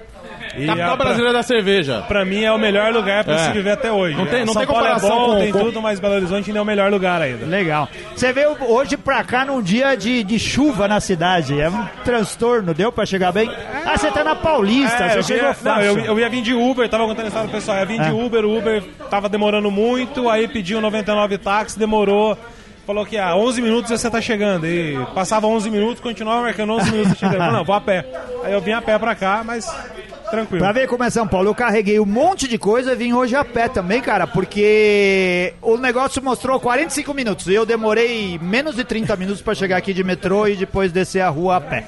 Speaker 10: E
Speaker 3: Capital
Speaker 10: a- pra-
Speaker 3: Brasileira da Cerveja.
Speaker 10: Pra mim é o melhor lugar pra
Speaker 3: É.
Speaker 10: se viver até hoje.
Speaker 3: Não tem- não
Speaker 10: São
Speaker 3: tem
Speaker 10: Paulo é
Speaker 3: comparação
Speaker 10: bom,
Speaker 3: com-
Speaker 10: tem
Speaker 3: com-
Speaker 10: tudo, mas Belo Horizonte ainda é o melhor lugar ainda.
Speaker 1: Legal. Você veio hoje pra cá num dia de, de chuva na cidade. É um transtorno. Deu pra chegar bem? Ah, você tá na Paulista.
Speaker 10: É,
Speaker 1: você
Speaker 10: eu,
Speaker 1: chegou
Speaker 10: ia, não,
Speaker 1: fácil.
Speaker 10: eu, eu ia vir de Uber, tava contando a história do pessoal. Eu vim
Speaker 1: É.
Speaker 10: de Uber, o Uber tava demorando muito, aí pediu 99 táxi, demorou. Falou que há 11 minutos você tá chegando. E passava 11 minutos, continuava marcando 11 minutos. Chegando. Eu falei, não, vou a pé. Aí eu vim a pé pra cá, mas tranquilo.
Speaker 1: Pra ver como é São Paulo, eu carreguei um monte de coisa e vim hoje a pé também, cara, porque o negócio mostrou 45 minutos e eu demorei menos de 30 minutos pra chegar aqui de metrô e depois descer a rua a pé.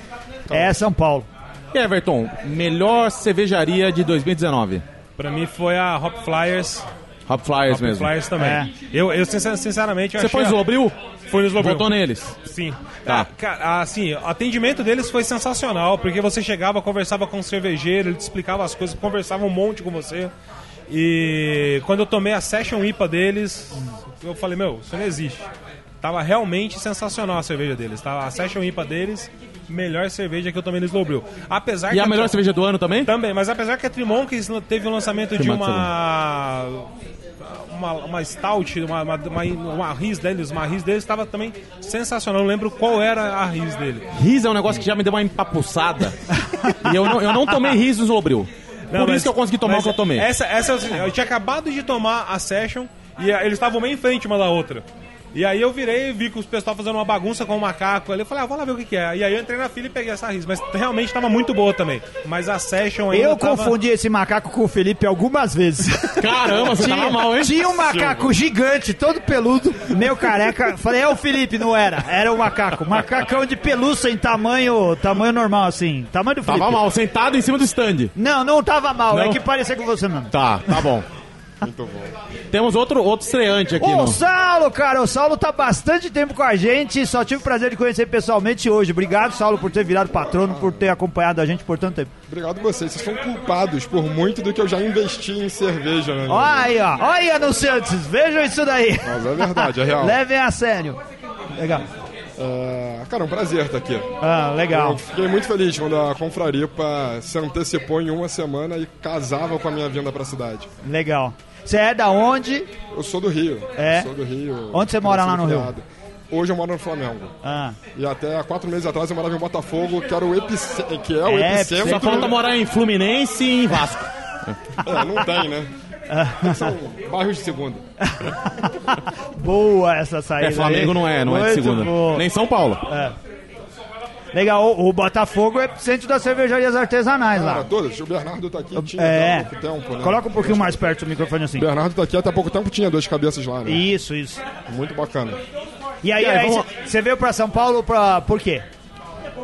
Speaker 1: É São Paulo.
Speaker 3: E Everton, melhor cervejaria de 2019?
Speaker 10: Pra mim foi a Hop Flyers.
Speaker 3: Hop Flyers
Speaker 10: Hop
Speaker 3: mesmo.
Speaker 10: Flyers também.
Speaker 3: É.
Speaker 10: Eu, eu sincer- sinceramente, eu
Speaker 3: Você
Speaker 10: achei
Speaker 3: foi
Speaker 10: a-
Speaker 3: Slobril?
Speaker 10: Foi no Slobril.
Speaker 3: Votou neles?
Speaker 10: Sim.
Speaker 3: Tá.
Speaker 10: Ah, cara, assim, o atendimento deles foi sensacional, porque você chegava, conversava com o cervejeiro, ele te explicava as coisas, conversava um monte com você. E quando eu tomei a Session IPA deles, eu falei, meu, isso não existe. Tava realmente sensacional a cerveja deles. Tava a Session IPA deles, melhor cerveja que eu tomei no Slowbrew. Apesar
Speaker 3: E
Speaker 10: que
Speaker 3: a melhor
Speaker 10: cerveja
Speaker 3: cerveja do ano também?
Speaker 10: Também, mas apesar que a Trimon que teve o lançamento de
Speaker 3: Trimon,
Speaker 10: uma, uma uma stout, uma uma, uma, uma RIS deles, uma RIS deles estava também sensacional. Eu não lembro qual era a RIS dele.
Speaker 3: Riz é um negócio que já me deu uma empapuçada. e eu não, eu não tomei riz no Zobril. Por
Speaker 10: Não, mas-
Speaker 3: isso que eu consegui tomar o
Speaker 10: mas
Speaker 3: que eu tomei.
Speaker 10: Essa, essa, é o seguinte, eu tinha acabado de tomar a session e a- eles estavam meio em frente uma da outra. E aí eu virei e vi que os pessoal fazendo uma bagunça com o macaco ali. Eu falei, ah, vou lá ver o que, que é. E aí eu entrei na fila e peguei essa RIS, mas realmente estava muito boa também. Mas a session ainda
Speaker 1: Eu
Speaker 10: tava-
Speaker 1: confundi esse macaco com o Felipe algumas vezes.
Speaker 10: Caramba, você
Speaker 1: tinha,
Speaker 10: tava mal, hein?
Speaker 1: Tinha um macaco
Speaker 10: Silva.
Speaker 1: gigante, todo peludo, meio careca. Falei, é o Felipe, não era. Era o macaco. Macacão de pelúcia em tamanho, tamanho normal, assim. Tamanho do Felipe.
Speaker 3: Tava mal, sentado em cima do stand.
Speaker 1: Não, não tava mal.
Speaker 3: Não?
Speaker 1: É que parecia com você mesmo.
Speaker 3: Tá, tá bom. Muito bom. Temos outro, outro estreante aqui.
Speaker 1: Ô,
Speaker 3: no-
Speaker 1: Saulo, cara, o Saulo tá bastante tempo com a gente, só tive o prazer de conhecer pessoalmente hoje. Obrigado, Saulo, por ter virado patrono, por ter acompanhado a gente por tanto tempo.
Speaker 12: Obrigado a vocês, vocês são culpados por muito do que eu já investi em cerveja. Né?
Speaker 1: Olha aí, ó. Olha aí, anunciantes, vejam isso daí.
Speaker 12: Mas é verdade, é real.
Speaker 1: Levem a sério. Legal.
Speaker 12: cara, é um prazer estar aqui.
Speaker 1: Ah, legal.
Speaker 12: Eu fiquei muito feliz quando a Confraripa se antecipou em uma semana e casava com a minha vinda para a cidade.
Speaker 1: Legal. Você é da onde?
Speaker 12: Eu sou do Rio.
Speaker 1: É?
Speaker 12: Sou do Rio.
Speaker 1: Onde você mora lá no Rio?
Speaker 12: Criado. Hoje eu moro no Flamengo.
Speaker 1: Ah.
Speaker 12: E até há quatro meses atrás eu morava em Botafogo, que, era o epice... que é o epicentro.
Speaker 1: tá
Speaker 3: só falta morar em Fluminense e em Vasco.
Speaker 12: É, não tem, né? São bairros de segunda.
Speaker 1: Boa essa saída.
Speaker 3: É, Flamengo
Speaker 1: aí.
Speaker 3: não é, não é de
Speaker 1: Muito
Speaker 3: segunda.
Speaker 1: boa.
Speaker 3: Nem São Paulo.
Speaker 1: É. Legal, o, o Botafogo é centro das cervejarias artesanais lá.
Speaker 12: Para todos, o Bernardo tá aqui, tinha
Speaker 1: É.
Speaker 12: até há pouco tempo, né?
Speaker 1: Coloca um pouquinho mais perto do microfone assim.
Speaker 12: O
Speaker 3: Uhum.
Speaker 12: Bernardo tá aqui até há pouco tempo tinha duas cabeças lá, né?
Speaker 1: Isso, isso.
Speaker 12: Muito bacana.
Speaker 1: E aí,
Speaker 12: E aí,
Speaker 1: aí,
Speaker 12: vamos-
Speaker 1: você veio pra São Paulo pra, por quê?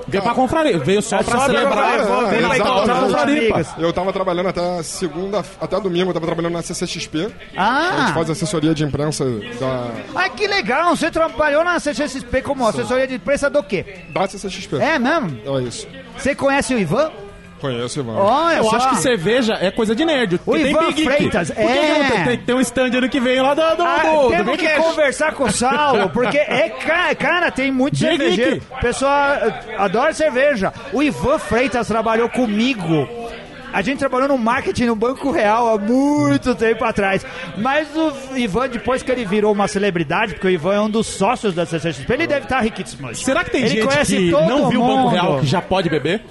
Speaker 3: Veio pra confraria, veio só pra celebrar,
Speaker 12: É,
Speaker 3: veio pra encontrar
Speaker 12: exatamente.
Speaker 3: os amigos.
Speaker 12: Eu tava trabalhando até segunda, até domingo, eu tava trabalhando na CCXP.
Speaker 1: Ah!
Speaker 12: A gente faz um- assessoria de imprensa da,
Speaker 1: Ah, que legal, você trabalhou na CCXP como assessoria de imprensa do quê?
Speaker 12: da CCXP.
Speaker 1: É mesmo?
Speaker 12: É isso.
Speaker 1: Você conhece o Ivan?
Speaker 12: Conheço, Ivan.
Speaker 1: Olha
Speaker 3: eu
Speaker 1: só.
Speaker 3: acho que cerveja é coisa de nerd.
Speaker 1: O
Speaker 3: que tem
Speaker 1: Ivan
Speaker 3: Big Geek.
Speaker 1: Freitas,
Speaker 3: Por que que não
Speaker 1: é.
Speaker 3: tem, tem, tem um stand ano que vem lá do, do,
Speaker 1: Ah,
Speaker 3: do, é. do
Speaker 1: temos que
Speaker 3: Geekcast.
Speaker 1: conversar com o Saulo, porque é ca- cara, tem muito
Speaker 3: Geek.
Speaker 1: cervejeiro. O pessoal eh, adora cerveja. O Ivan Freitas trabalhou comigo. A gente trabalhou no marketing no Banco Real há muito tempo atrás. Mas o Ivan, depois que ele virou uma celebridade, porque o Ivan é um dos sócios da CCXP, ele deve estar riquíssimo. hoje.
Speaker 3: Será que tem
Speaker 1: ele
Speaker 3: gente
Speaker 1: conhece
Speaker 3: que
Speaker 1: todo
Speaker 3: não viu o
Speaker 1: mundo.
Speaker 3: Banco Real que já pode beber?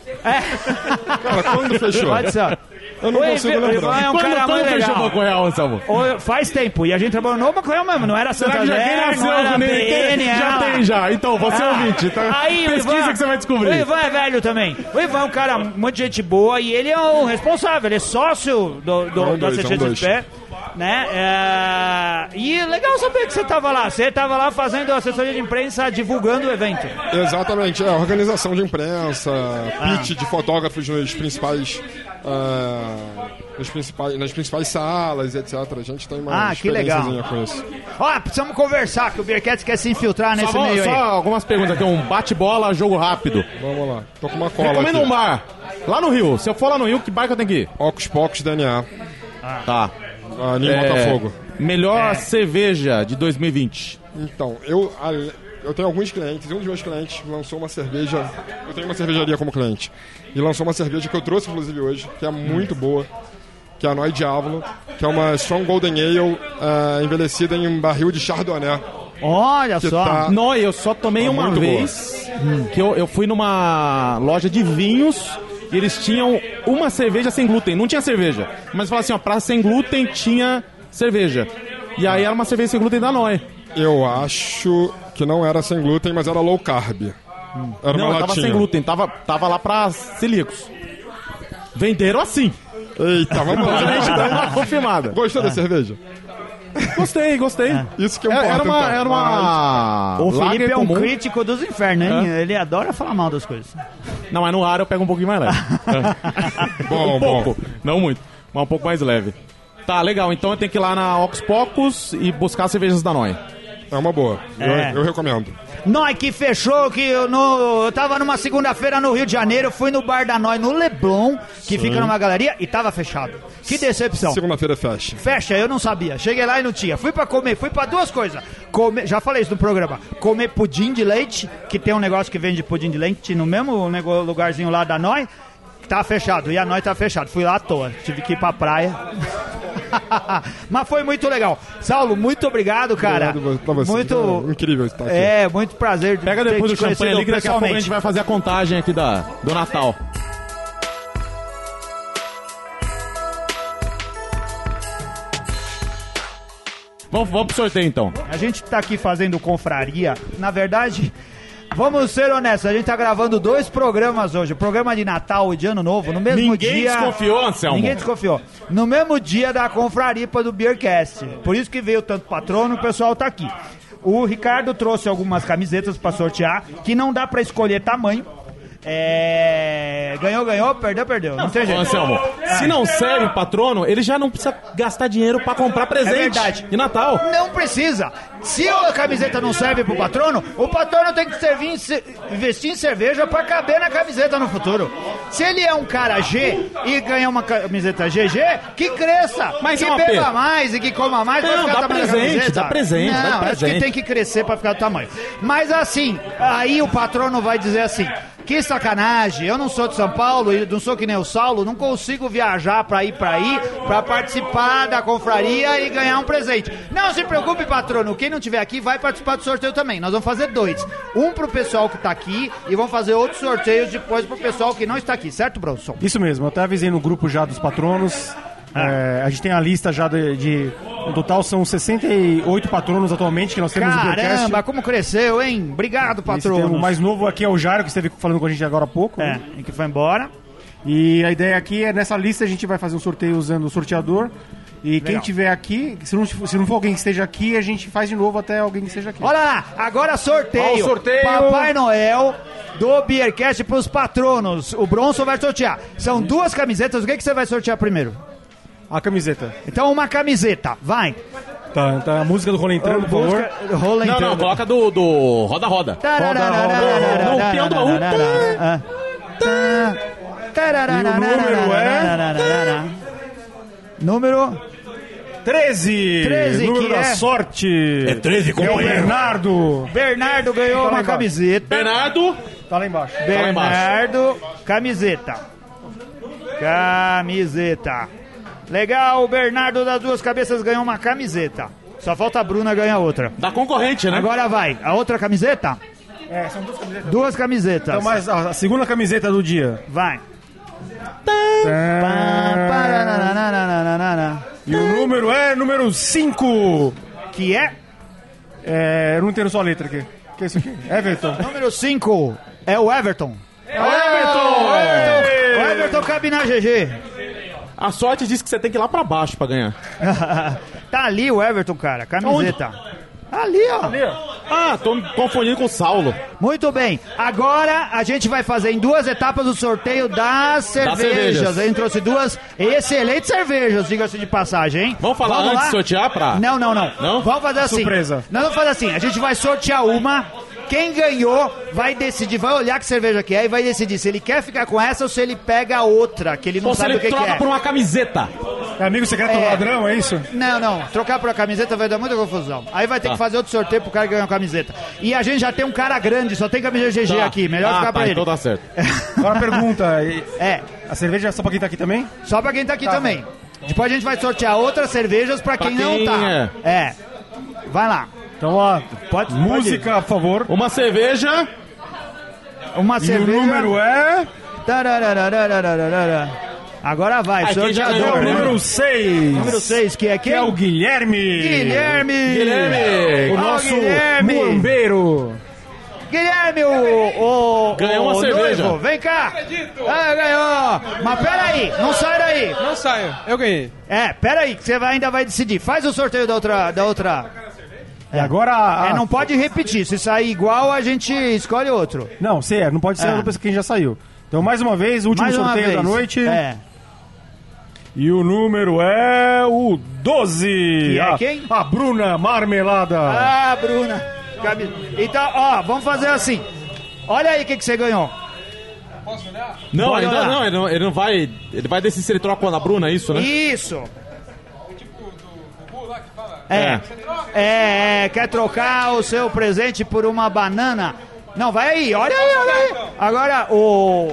Speaker 1: Pode ser.
Speaker 3: Eu não
Speaker 1: Oi,
Speaker 3: consigo
Speaker 1: Ivan-
Speaker 3: lembrar.
Speaker 1: Ivan é um
Speaker 3: Quando-
Speaker 1: cara
Speaker 3: quando
Speaker 1: muito
Speaker 3: fechou
Speaker 1: legal.
Speaker 3: o Banco Real, Anselmo?
Speaker 1: Ô, faz tempo. E a gente trabalhou no Banco Real mesmo. Não era
Speaker 3: Será
Speaker 1: Santa
Speaker 3: que Tá já quem
Speaker 1: Vera,
Speaker 3: nasceu
Speaker 1: não era
Speaker 3: com ele?
Speaker 1: BN,
Speaker 3: Já
Speaker 1: era-
Speaker 3: tem, já. Então, você é ouvinte, tá?
Speaker 1: Ah, Aí, o
Speaker 3: Pesquisa
Speaker 1: Ivan-
Speaker 3: que você vai descobrir.
Speaker 1: O Ivan é velho também. O Ivan é um cara muito gente boa e ele é o responsável. Ele é sócio do, do,
Speaker 12: É um
Speaker 1: do
Speaker 12: dois,
Speaker 1: Assistência
Speaker 12: é um
Speaker 1: de Pé. Né? É, E legal saber que você estava lá. Você estava lá fazendo assessoria de imprensa, divulgando o evento.
Speaker 12: Exatamente, é, organização de imprensa,
Speaker 1: Ah.
Speaker 12: pitch de fotógrafos nos principais, ah, nos principais, nas principais salas, etc. A gente tem uma
Speaker 1: Ah, que legal.
Speaker 12: experiênciazinha com isso.
Speaker 1: Ó, precisamos conversar, que o Bearcats quer se infiltrar nesse
Speaker 3: Só, vamos-
Speaker 1: meio
Speaker 3: Tá só
Speaker 1: aí.
Speaker 3: algumas perguntas aqui, um bate-bola, jogo rápido.
Speaker 12: Vamos lá, tô com uma cola
Speaker 3: Recomenda
Speaker 12: aqui.
Speaker 3: um bar. Lá no Rio, se eu for lá no Rio, que bar que eu tenho que ir?
Speaker 12: Ocos Pocos DNA.
Speaker 3: Tá.
Speaker 12: Ali em
Speaker 3: É.
Speaker 12: Botafogo.
Speaker 1: É.
Speaker 3: Melhor cerveja de 2020.
Speaker 12: Então, eu, ale- eu tenho alguns clientes, um dos meus clientes lançou uma cerveja, eu tenho uma cervejaria como cliente, e lançou uma cerveja que eu trouxe inclusive hoje, que é muito boa, que é a Noi Diavolo, que é uma Strong Golden Ale ah, envelhecida em um barril de Chardonnay.
Speaker 1: Olha
Speaker 12: Que só. tá-
Speaker 3: Não, eu só tomei
Speaker 12: Tá
Speaker 3: uma
Speaker 12: muito
Speaker 3: vez que eu, eu fui numa loja de vinhos e eles tinham uma cerveja sem glúten. Não tinha cerveja, mas falaram assim, ó, pra sem glúten tinha cerveja. E aí era uma cerveja sem glúten da Noi.
Speaker 12: Eu acho que não era sem glúten, mas era low carb. Era
Speaker 3: não,
Speaker 12: uma
Speaker 3: tava
Speaker 12: latinha.
Speaker 3: sem glúten, tava, tava lá pra celíacos. Venderam assim. Então,
Speaker 12: Eita, vamos lá.
Speaker 3: confirmada.
Speaker 12: Gostou da cerveja?
Speaker 3: Gostei, gostei.
Speaker 12: Isso
Speaker 1: é
Speaker 12: que
Speaker 3: Era-
Speaker 12: importa,
Speaker 3: era uma-
Speaker 12: então.
Speaker 3: era uma-
Speaker 1: um O Felipe
Speaker 3: Lager
Speaker 1: é um
Speaker 3: comum.
Speaker 1: crítico dos infernos, hein? Ele adora falar mal das coisas.
Speaker 3: Não, mas no ar eu pego um pouquinho mais leve.
Speaker 12: Bom,
Speaker 3: um
Speaker 12: É. bom.
Speaker 3: pouco. Não muito, mas um pouco mais leve. Tá, legal. Então eu tenho que ir lá na Ox Pocos e buscar as cervejas da Noi.
Speaker 12: É uma boa.
Speaker 1: Eu- É. eu
Speaker 12: recomendo.
Speaker 1: Nós que fechou, que eu, no, eu tava numa segunda-feira no Rio de Janeiro, fui no bar da Noi, no Leblon,
Speaker 12: Sim.
Speaker 1: que fica numa galeria, e tava fechado. Que decepção.
Speaker 12: Segunda-feira é fecha.
Speaker 1: Fecha, eu não sabia. Cheguei lá e não tinha. Fui pra comer, fui pra duas coisas. Comer, já falei isso no programa. Comer pudim de leite, que tem um negócio que vende pudim de leite no mesmo nego- lugarzinho lá da Noi, que tava fechado. E a Noi tava fechado. Fui lá à toa, tive que ir pra praia. Mas foi muito legal. Saulo, muito obrigado, cara.
Speaker 12: Obrigado pra você.
Speaker 1: Muito,
Speaker 12: É incrível estar aqui.
Speaker 1: é, muito prazer.
Speaker 3: Pega
Speaker 1: ter
Speaker 3: depois
Speaker 1: te
Speaker 3: do champanhe
Speaker 1: conhecido
Speaker 3: ali que daqui a pouco a gente
Speaker 1: pessoalmente.
Speaker 3: vai fazer a contagem aqui da, do Natal. Vamos, vamos pro sorteio então.
Speaker 1: A gente tá aqui fazendo confraria. Na verdade, vamos ser honestos, a gente tá gravando dois programas hoje. O programa de Natal e de Ano Novo, no mesmo
Speaker 3: Ninguém
Speaker 1: dia.
Speaker 3: desconfiou, Anselmo?
Speaker 1: Ninguém desconfiou. No mesmo dia da confraripa do Beercast. Por isso que veio tanto patrono, o pessoal tá aqui. O Ricardo trouxe algumas camisetas pra sortear, que não dá pra escolher tamanho. É... Ganhou, ganhou, perdeu, perdeu. Não, tem jeito.
Speaker 3: Ô, Anselmo, se não serve patrono, ele já não precisa gastar dinheiro pra comprar presente.
Speaker 1: É verdade.
Speaker 3: E Natal.
Speaker 1: Não precisa. Se a camiseta não serve pro patrono, o patrono tem que servir em ce- investir em cerveja pra caber na camiseta no futuro. Se ele é um cara G e ganhar uma camiseta GG, que cresça,
Speaker 3: Mas
Speaker 1: que
Speaker 3: é uma
Speaker 1: beba
Speaker 3: pena.
Speaker 1: mais e que coma mais. pra
Speaker 3: Não,
Speaker 1: ficar
Speaker 3: dá
Speaker 1: do tamanho da
Speaker 3: presente,
Speaker 1: camiseta.
Speaker 3: dá presente,
Speaker 1: Não,
Speaker 3: dá
Speaker 1: acho que
Speaker 3: presente.
Speaker 1: tem que crescer pra ficar do tamanho. Mas assim, aí o patrono vai dizer assim... Que sacanagem, eu não sou de São Paulo, e não sou que nem o Saulo, não consigo viajar pra ir pra aí, pra participar da confraria e ganhar um presente. Não se preocupe, patrono, quem não tiver aqui vai participar do sorteio também. Nós vamos fazer dois. Um pro pessoal que tá aqui e vamos fazer outros sorteios depois pro pessoal que não está aqui, certo, Bronson?
Speaker 5: Isso mesmo, eu até avisei no grupo já dos patronos.
Speaker 1: Ah.
Speaker 5: É, a gente tem a lista já de, de- No total são 68 patronos atualmente que nós temos no podcast.
Speaker 1: Caramba, como cresceu, hein? Obrigado,
Speaker 5: O
Speaker 1: patrono.
Speaker 3: um.
Speaker 5: mais novo aqui é o Jairo, que esteve falando com a gente agora há pouco. né?
Speaker 1: É, e que foi embora.
Speaker 5: E a ideia aqui é, nessa lista, a gente vai fazer um sorteio usando o sorteador. E quem tiver aqui, se não, se não for alguém que esteja aqui, a gente faz de novo até alguém que esteja aqui.
Speaker 1: Olha lá, agora sorteio.
Speaker 5: Ó, o sorteio.
Speaker 1: Papai Noel do Beercast pros patronos. O Bronson vai sortear. São duas camisetas. O que, que você vai sortear primeiro?
Speaker 5: A camiseta.
Speaker 1: Então, uma camiseta. Vai.
Speaker 5: Tá, tá a música do Rolo Entrando, por favor.
Speaker 1: Rola
Speaker 3: Não, não, coloca do, do Roda Roda. Não, o peão do baú.
Speaker 1: número é... Número...
Speaker 5: 13!
Speaker 1: 13,
Speaker 5: Número
Speaker 1: que
Speaker 5: da
Speaker 1: é-
Speaker 5: sorte! É 13,
Speaker 1: companheiro.
Speaker 5: É o Bernardo!
Speaker 1: Bernardo ganhou
Speaker 5: Tá lá
Speaker 1: uma
Speaker 5: embaixo.
Speaker 1: camiseta.
Speaker 3: Bernardo.
Speaker 5: Tá lá embaixo.
Speaker 3: lá embaixo.
Speaker 1: Bernardo, camiseta. Camiseta. Legal, o Bernardo das duas cabeças ganhou uma camiseta. Só falta a Bruna ganhar outra.
Speaker 3: Da concorrente, né?
Speaker 1: Agora vai. A outra camiseta?
Speaker 5: É, são duas camisetas.
Speaker 1: Duas camisetas.
Speaker 5: Então, mas a a segunda camiseta do dia.
Speaker 1: Vai. E
Speaker 5: o número é número 5.
Speaker 1: Que é?
Speaker 5: É, eu não entendo só a letra aqui. Que é isso aqui? Everton.
Speaker 1: Número 5 é o Everton. É
Speaker 5: Everton!
Speaker 1: O Everton cabe na GG.
Speaker 3: A sorte diz que você tem que ir lá pra baixo pra ganhar.
Speaker 1: tá ali o Everton, cara. Camiseta. Ali, ó.
Speaker 3: Ah, tô me confundindo com o Saulo.
Speaker 1: Muito bem. Agora a gente vai fazer em duas etapas o sorteio das cervejas.
Speaker 3: cervejas.
Speaker 1: Ele trouxe duas excelentes cervejas, diga-se de passagem, hein?
Speaker 3: Vamos falar antes de sortear pra-
Speaker 1: Não, não, não.
Speaker 3: Não?
Speaker 1: Vamos fazer assim.
Speaker 3: Surpresa.
Speaker 1: Não, vamos fazer assim. A gente vai sortear uma. Quem ganhou vai decidir, vai olhar que cerveja que é e vai decidir se ele quer ficar com essa ou se ele pega a outra, que ele não
Speaker 3: Ou se
Speaker 1: sabe
Speaker 3: ele
Speaker 1: o que, que
Speaker 3: troca
Speaker 1: é.
Speaker 3: por um- uma camiseta.
Speaker 5: Amigo secreto
Speaker 1: É.
Speaker 5: ladrão, é isso?
Speaker 1: Não, não. Trocar por uma camiseta vai dar muita confusão. Aí vai ter
Speaker 5: Tá.
Speaker 1: que fazer outro sorteio pro cara ganhar uma camiseta. E a gente já tem um cara grande, só tem camiseta GG
Speaker 5: Tá.
Speaker 1: aqui. Melhor
Speaker 5: Ah,
Speaker 1: ficar
Speaker 5: tá,
Speaker 1: pra ele.
Speaker 5: então tá certo. Agora a pergunta. e-
Speaker 1: É.
Speaker 5: A cerveja é só pra quem tá aqui também?
Speaker 1: Só pra quem tá aqui também. Depois a gente vai sortear outras cervejas pra,
Speaker 5: Pra
Speaker 1: quem,
Speaker 5: quem
Speaker 1: não tá. É. Vai lá.
Speaker 5: Então, ó,
Speaker 1: pode,
Speaker 5: música, por favor.
Speaker 3: Uma cerveja.
Speaker 1: Uma
Speaker 5: E o
Speaker 1: cerveja.
Speaker 5: número
Speaker 1: é. Agora vai,
Speaker 5: Ai, quem já
Speaker 1: sorteador.
Speaker 5: ganhou é o
Speaker 1: né?
Speaker 5: número seis.
Speaker 1: Número 6, que é quem?
Speaker 5: Que é o Guilherme.
Speaker 1: Guilherme!
Speaker 5: Guilherme, o
Speaker 1: Ah,
Speaker 5: nosso
Speaker 1: Guilherme.
Speaker 5: muambeiro.
Speaker 1: Guilherme, o. o
Speaker 5: Ganhou
Speaker 1: o
Speaker 5: uma cerveja.
Speaker 1: noivo, Vem cá! Ah, ganhou! Mas peraí, não sai daí! Não saio, eu ganhei. É, peraí, que você vai- ainda vai decidir. Faz o sorteio da outra. Da outra.
Speaker 5: E agora.
Speaker 1: É, não pode repetir. Se sair igual, a gente escolhe outro.
Speaker 5: Não, você é, não pode ser
Speaker 1: É.
Speaker 5: outra pessoa que já saiu. Então, mais uma vez, o último
Speaker 1: Mais uma
Speaker 5: sorteio
Speaker 1: vez.
Speaker 5: da noite.
Speaker 1: É.
Speaker 5: E o número é o 12.
Speaker 1: Que é
Speaker 5: a,
Speaker 1: quem?
Speaker 5: A Bruna Marmelada.
Speaker 1: Ah, Bruna. Cabe- Então, ó, vamos fazer assim. Olha aí o que, que você ganhou.
Speaker 3: Não,
Speaker 1: Bora
Speaker 3: ainda
Speaker 1: lá.
Speaker 3: não ele, não, ele não vai. Ele vai decidir se ele troca com a Ana Bruna, é isso, né?
Speaker 1: Isso. É. é. é, quer trocar o seu presente por uma banana? Não, vai aí, olha aí, olha aí. Agora o,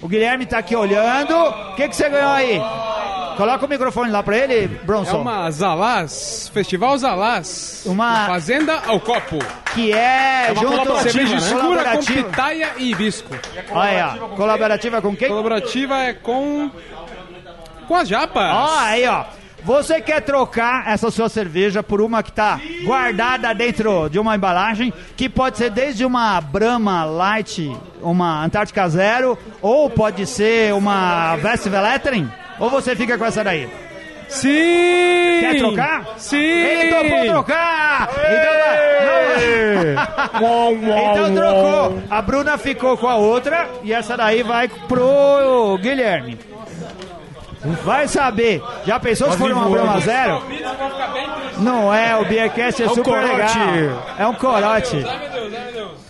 Speaker 1: o Guilherme tá aqui olhando. O que, que você ganhou aí? Coloca o microfone lá pra ele,
Speaker 13: É
Speaker 1: Bronson.
Speaker 13: uma Zalaz, Festival Zalaz.
Speaker 1: Uma-
Speaker 13: Fazenda ao Copo.
Speaker 1: Que é,
Speaker 13: uma
Speaker 1: junto-
Speaker 13: colaborativa, né?
Speaker 1: cerveja escura com
Speaker 13: colaborativa. com
Speaker 1: colaborativa.
Speaker 13: pitaia e hibisco.
Speaker 1: Olha aí, ó. Colaborativa com quem?
Speaker 13: Colaborativa é com... Com as japas.
Speaker 1: Ó, aí, ó. Você quer trocar essa sua cerveja por uma que tá guardada dentro de uma embalagem, que pode ser desde uma Brahma Light, uma Antártica Zero, ou pode ser uma Vestveletren? Ou você fica com essa daí?
Speaker 13: Sim!
Speaker 1: Quer trocar?
Speaker 13: Sim!
Speaker 1: Ele topou trocar! Então, vai. então trocou. A Bruna ficou com a outra e essa daí vai pro Guilherme. Vai saber. Já pensou se for uma Brahma Zero? Não é, o Beercast é,
Speaker 13: É um
Speaker 1: super
Speaker 13: corote.
Speaker 1: legal. É um corote.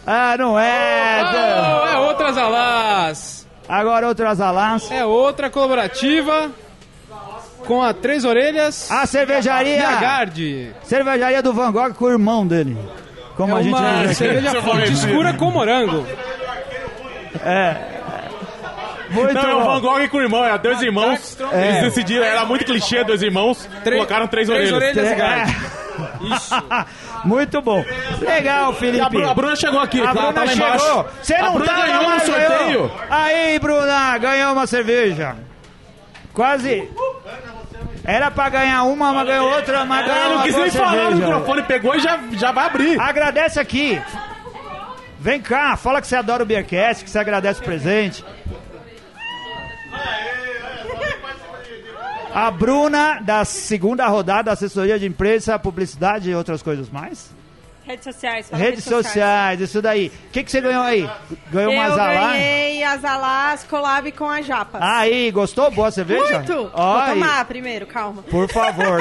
Speaker 1: Ah, não é.
Speaker 13: Não, é outra Zalaz.
Speaker 1: Agora outra Zalaz.
Speaker 13: É outra colaborativa com a Três Orelhas.
Speaker 1: A cervejaria.
Speaker 13: E a Garde.
Speaker 1: Cervejaria do Van Gogh com o irmão dele. Como a
Speaker 13: é
Speaker 1: gente diz
Speaker 13: uma
Speaker 1: aqui.
Speaker 13: cerveja forte escura com morango.
Speaker 1: É. Muito
Speaker 3: não, é o
Speaker 1: bom.
Speaker 3: Van Gogh com o irmão, era dois irmãos.
Speaker 1: É.
Speaker 3: Eles decidiram, era muito clichê, dois irmãos. Colocaram tá, então três,
Speaker 1: três
Speaker 3: orelhas.
Speaker 1: orelhas e gato. É. Muito bom. Legal, Felipe.
Speaker 3: E a Bru- a Bruna chegou aqui,
Speaker 1: a
Speaker 3: tá-
Speaker 1: Bruna
Speaker 3: tá lá embaixo.
Speaker 1: chegou. Você
Speaker 3: A
Speaker 1: não
Speaker 3: Bruna
Speaker 1: tá
Speaker 3: ganhou no sorteio.
Speaker 1: Aí, Bruna, ganhou uma cerveja. Quase. Era pra ganhar uma, mas ganhou outra, mas
Speaker 3: Ela
Speaker 1: ganhou
Speaker 3: Ah, não
Speaker 1: uma
Speaker 3: quis
Speaker 1: boa
Speaker 3: nem falar no
Speaker 1: cerveja.
Speaker 3: microfone, pegou e já, já vai abrir.
Speaker 1: Agradece aqui. Vem cá, fala que você adora o Beercast, que você agradece o presente. A Bruna, da segunda rodada, assessoria de imprensa, publicidade e outras coisas mais.
Speaker 14: Redes sociais. fala
Speaker 1: Redes sociais, isso daí. O que, que você ganhou aí? Ganhou uma
Speaker 14: Eu
Speaker 1: Zalá?
Speaker 14: ganhei as Alas collab com a Japas.
Speaker 1: Aí, gostou? Boa cerveja?
Speaker 14: Muito!
Speaker 1: Ó,
Speaker 14: Vou
Speaker 1: é, aí.
Speaker 14: tomar primeiro, calma.
Speaker 1: Por favor,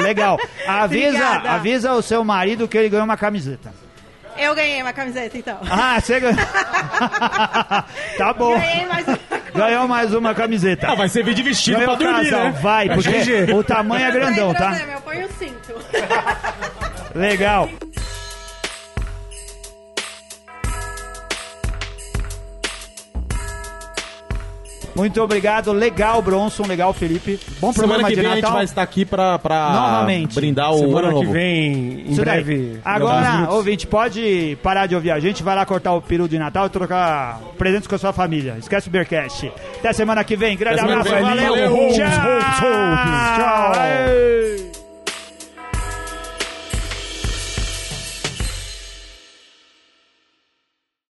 Speaker 1: legal. Avisa,
Speaker 14: Obrigada.
Speaker 1: avisa o seu marido que ele ganhou uma camiseta.
Speaker 14: Eu ganhei uma camiseta, então.
Speaker 1: Ah, você ganhou. tá bom.
Speaker 14: Ganhei mais uma.
Speaker 1: Ganhou mais uma camiseta.
Speaker 3: Ah, vai servir de vestido
Speaker 1: Ganhou
Speaker 3: pra dormir,
Speaker 1: casal,
Speaker 3: né?
Speaker 1: Vai,
Speaker 3: É
Speaker 1: porque
Speaker 3: GG.
Speaker 1: o tamanho é grandão,
Speaker 14: Não tem
Speaker 1: tá?
Speaker 14: problema, Eu ponho o cinto.
Speaker 1: Legal. Muito obrigado. Legal, Bronson. Legal, Felipe. Bom
Speaker 3: Semana
Speaker 1: programa
Speaker 3: que
Speaker 1: de
Speaker 3: vem a gente
Speaker 1: Natal.
Speaker 3: vai estar aqui pra, pra
Speaker 1: Novamente.
Speaker 3: brindar o
Speaker 1: Semana
Speaker 3: ano
Speaker 1: que
Speaker 3: novo.
Speaker 1: vem, Isso daí. Agora, ouvinte, pode parar de ouvir a gente, vai lá cortar o peru de Natal e trocar presentes com a sua família. Esquece o Beercast. Até semana que vem. Grande
Speaker 2: Até semana
Speaker 1: abraço.
Speaker 2: que vem.
Speaker 1: Valeu.
Speaker 2: Valeu.
Speaker 1: Tchau.
Speaker 2: Holmes, Holmes, Holmes. Tchau.
Speaker 1: Aê.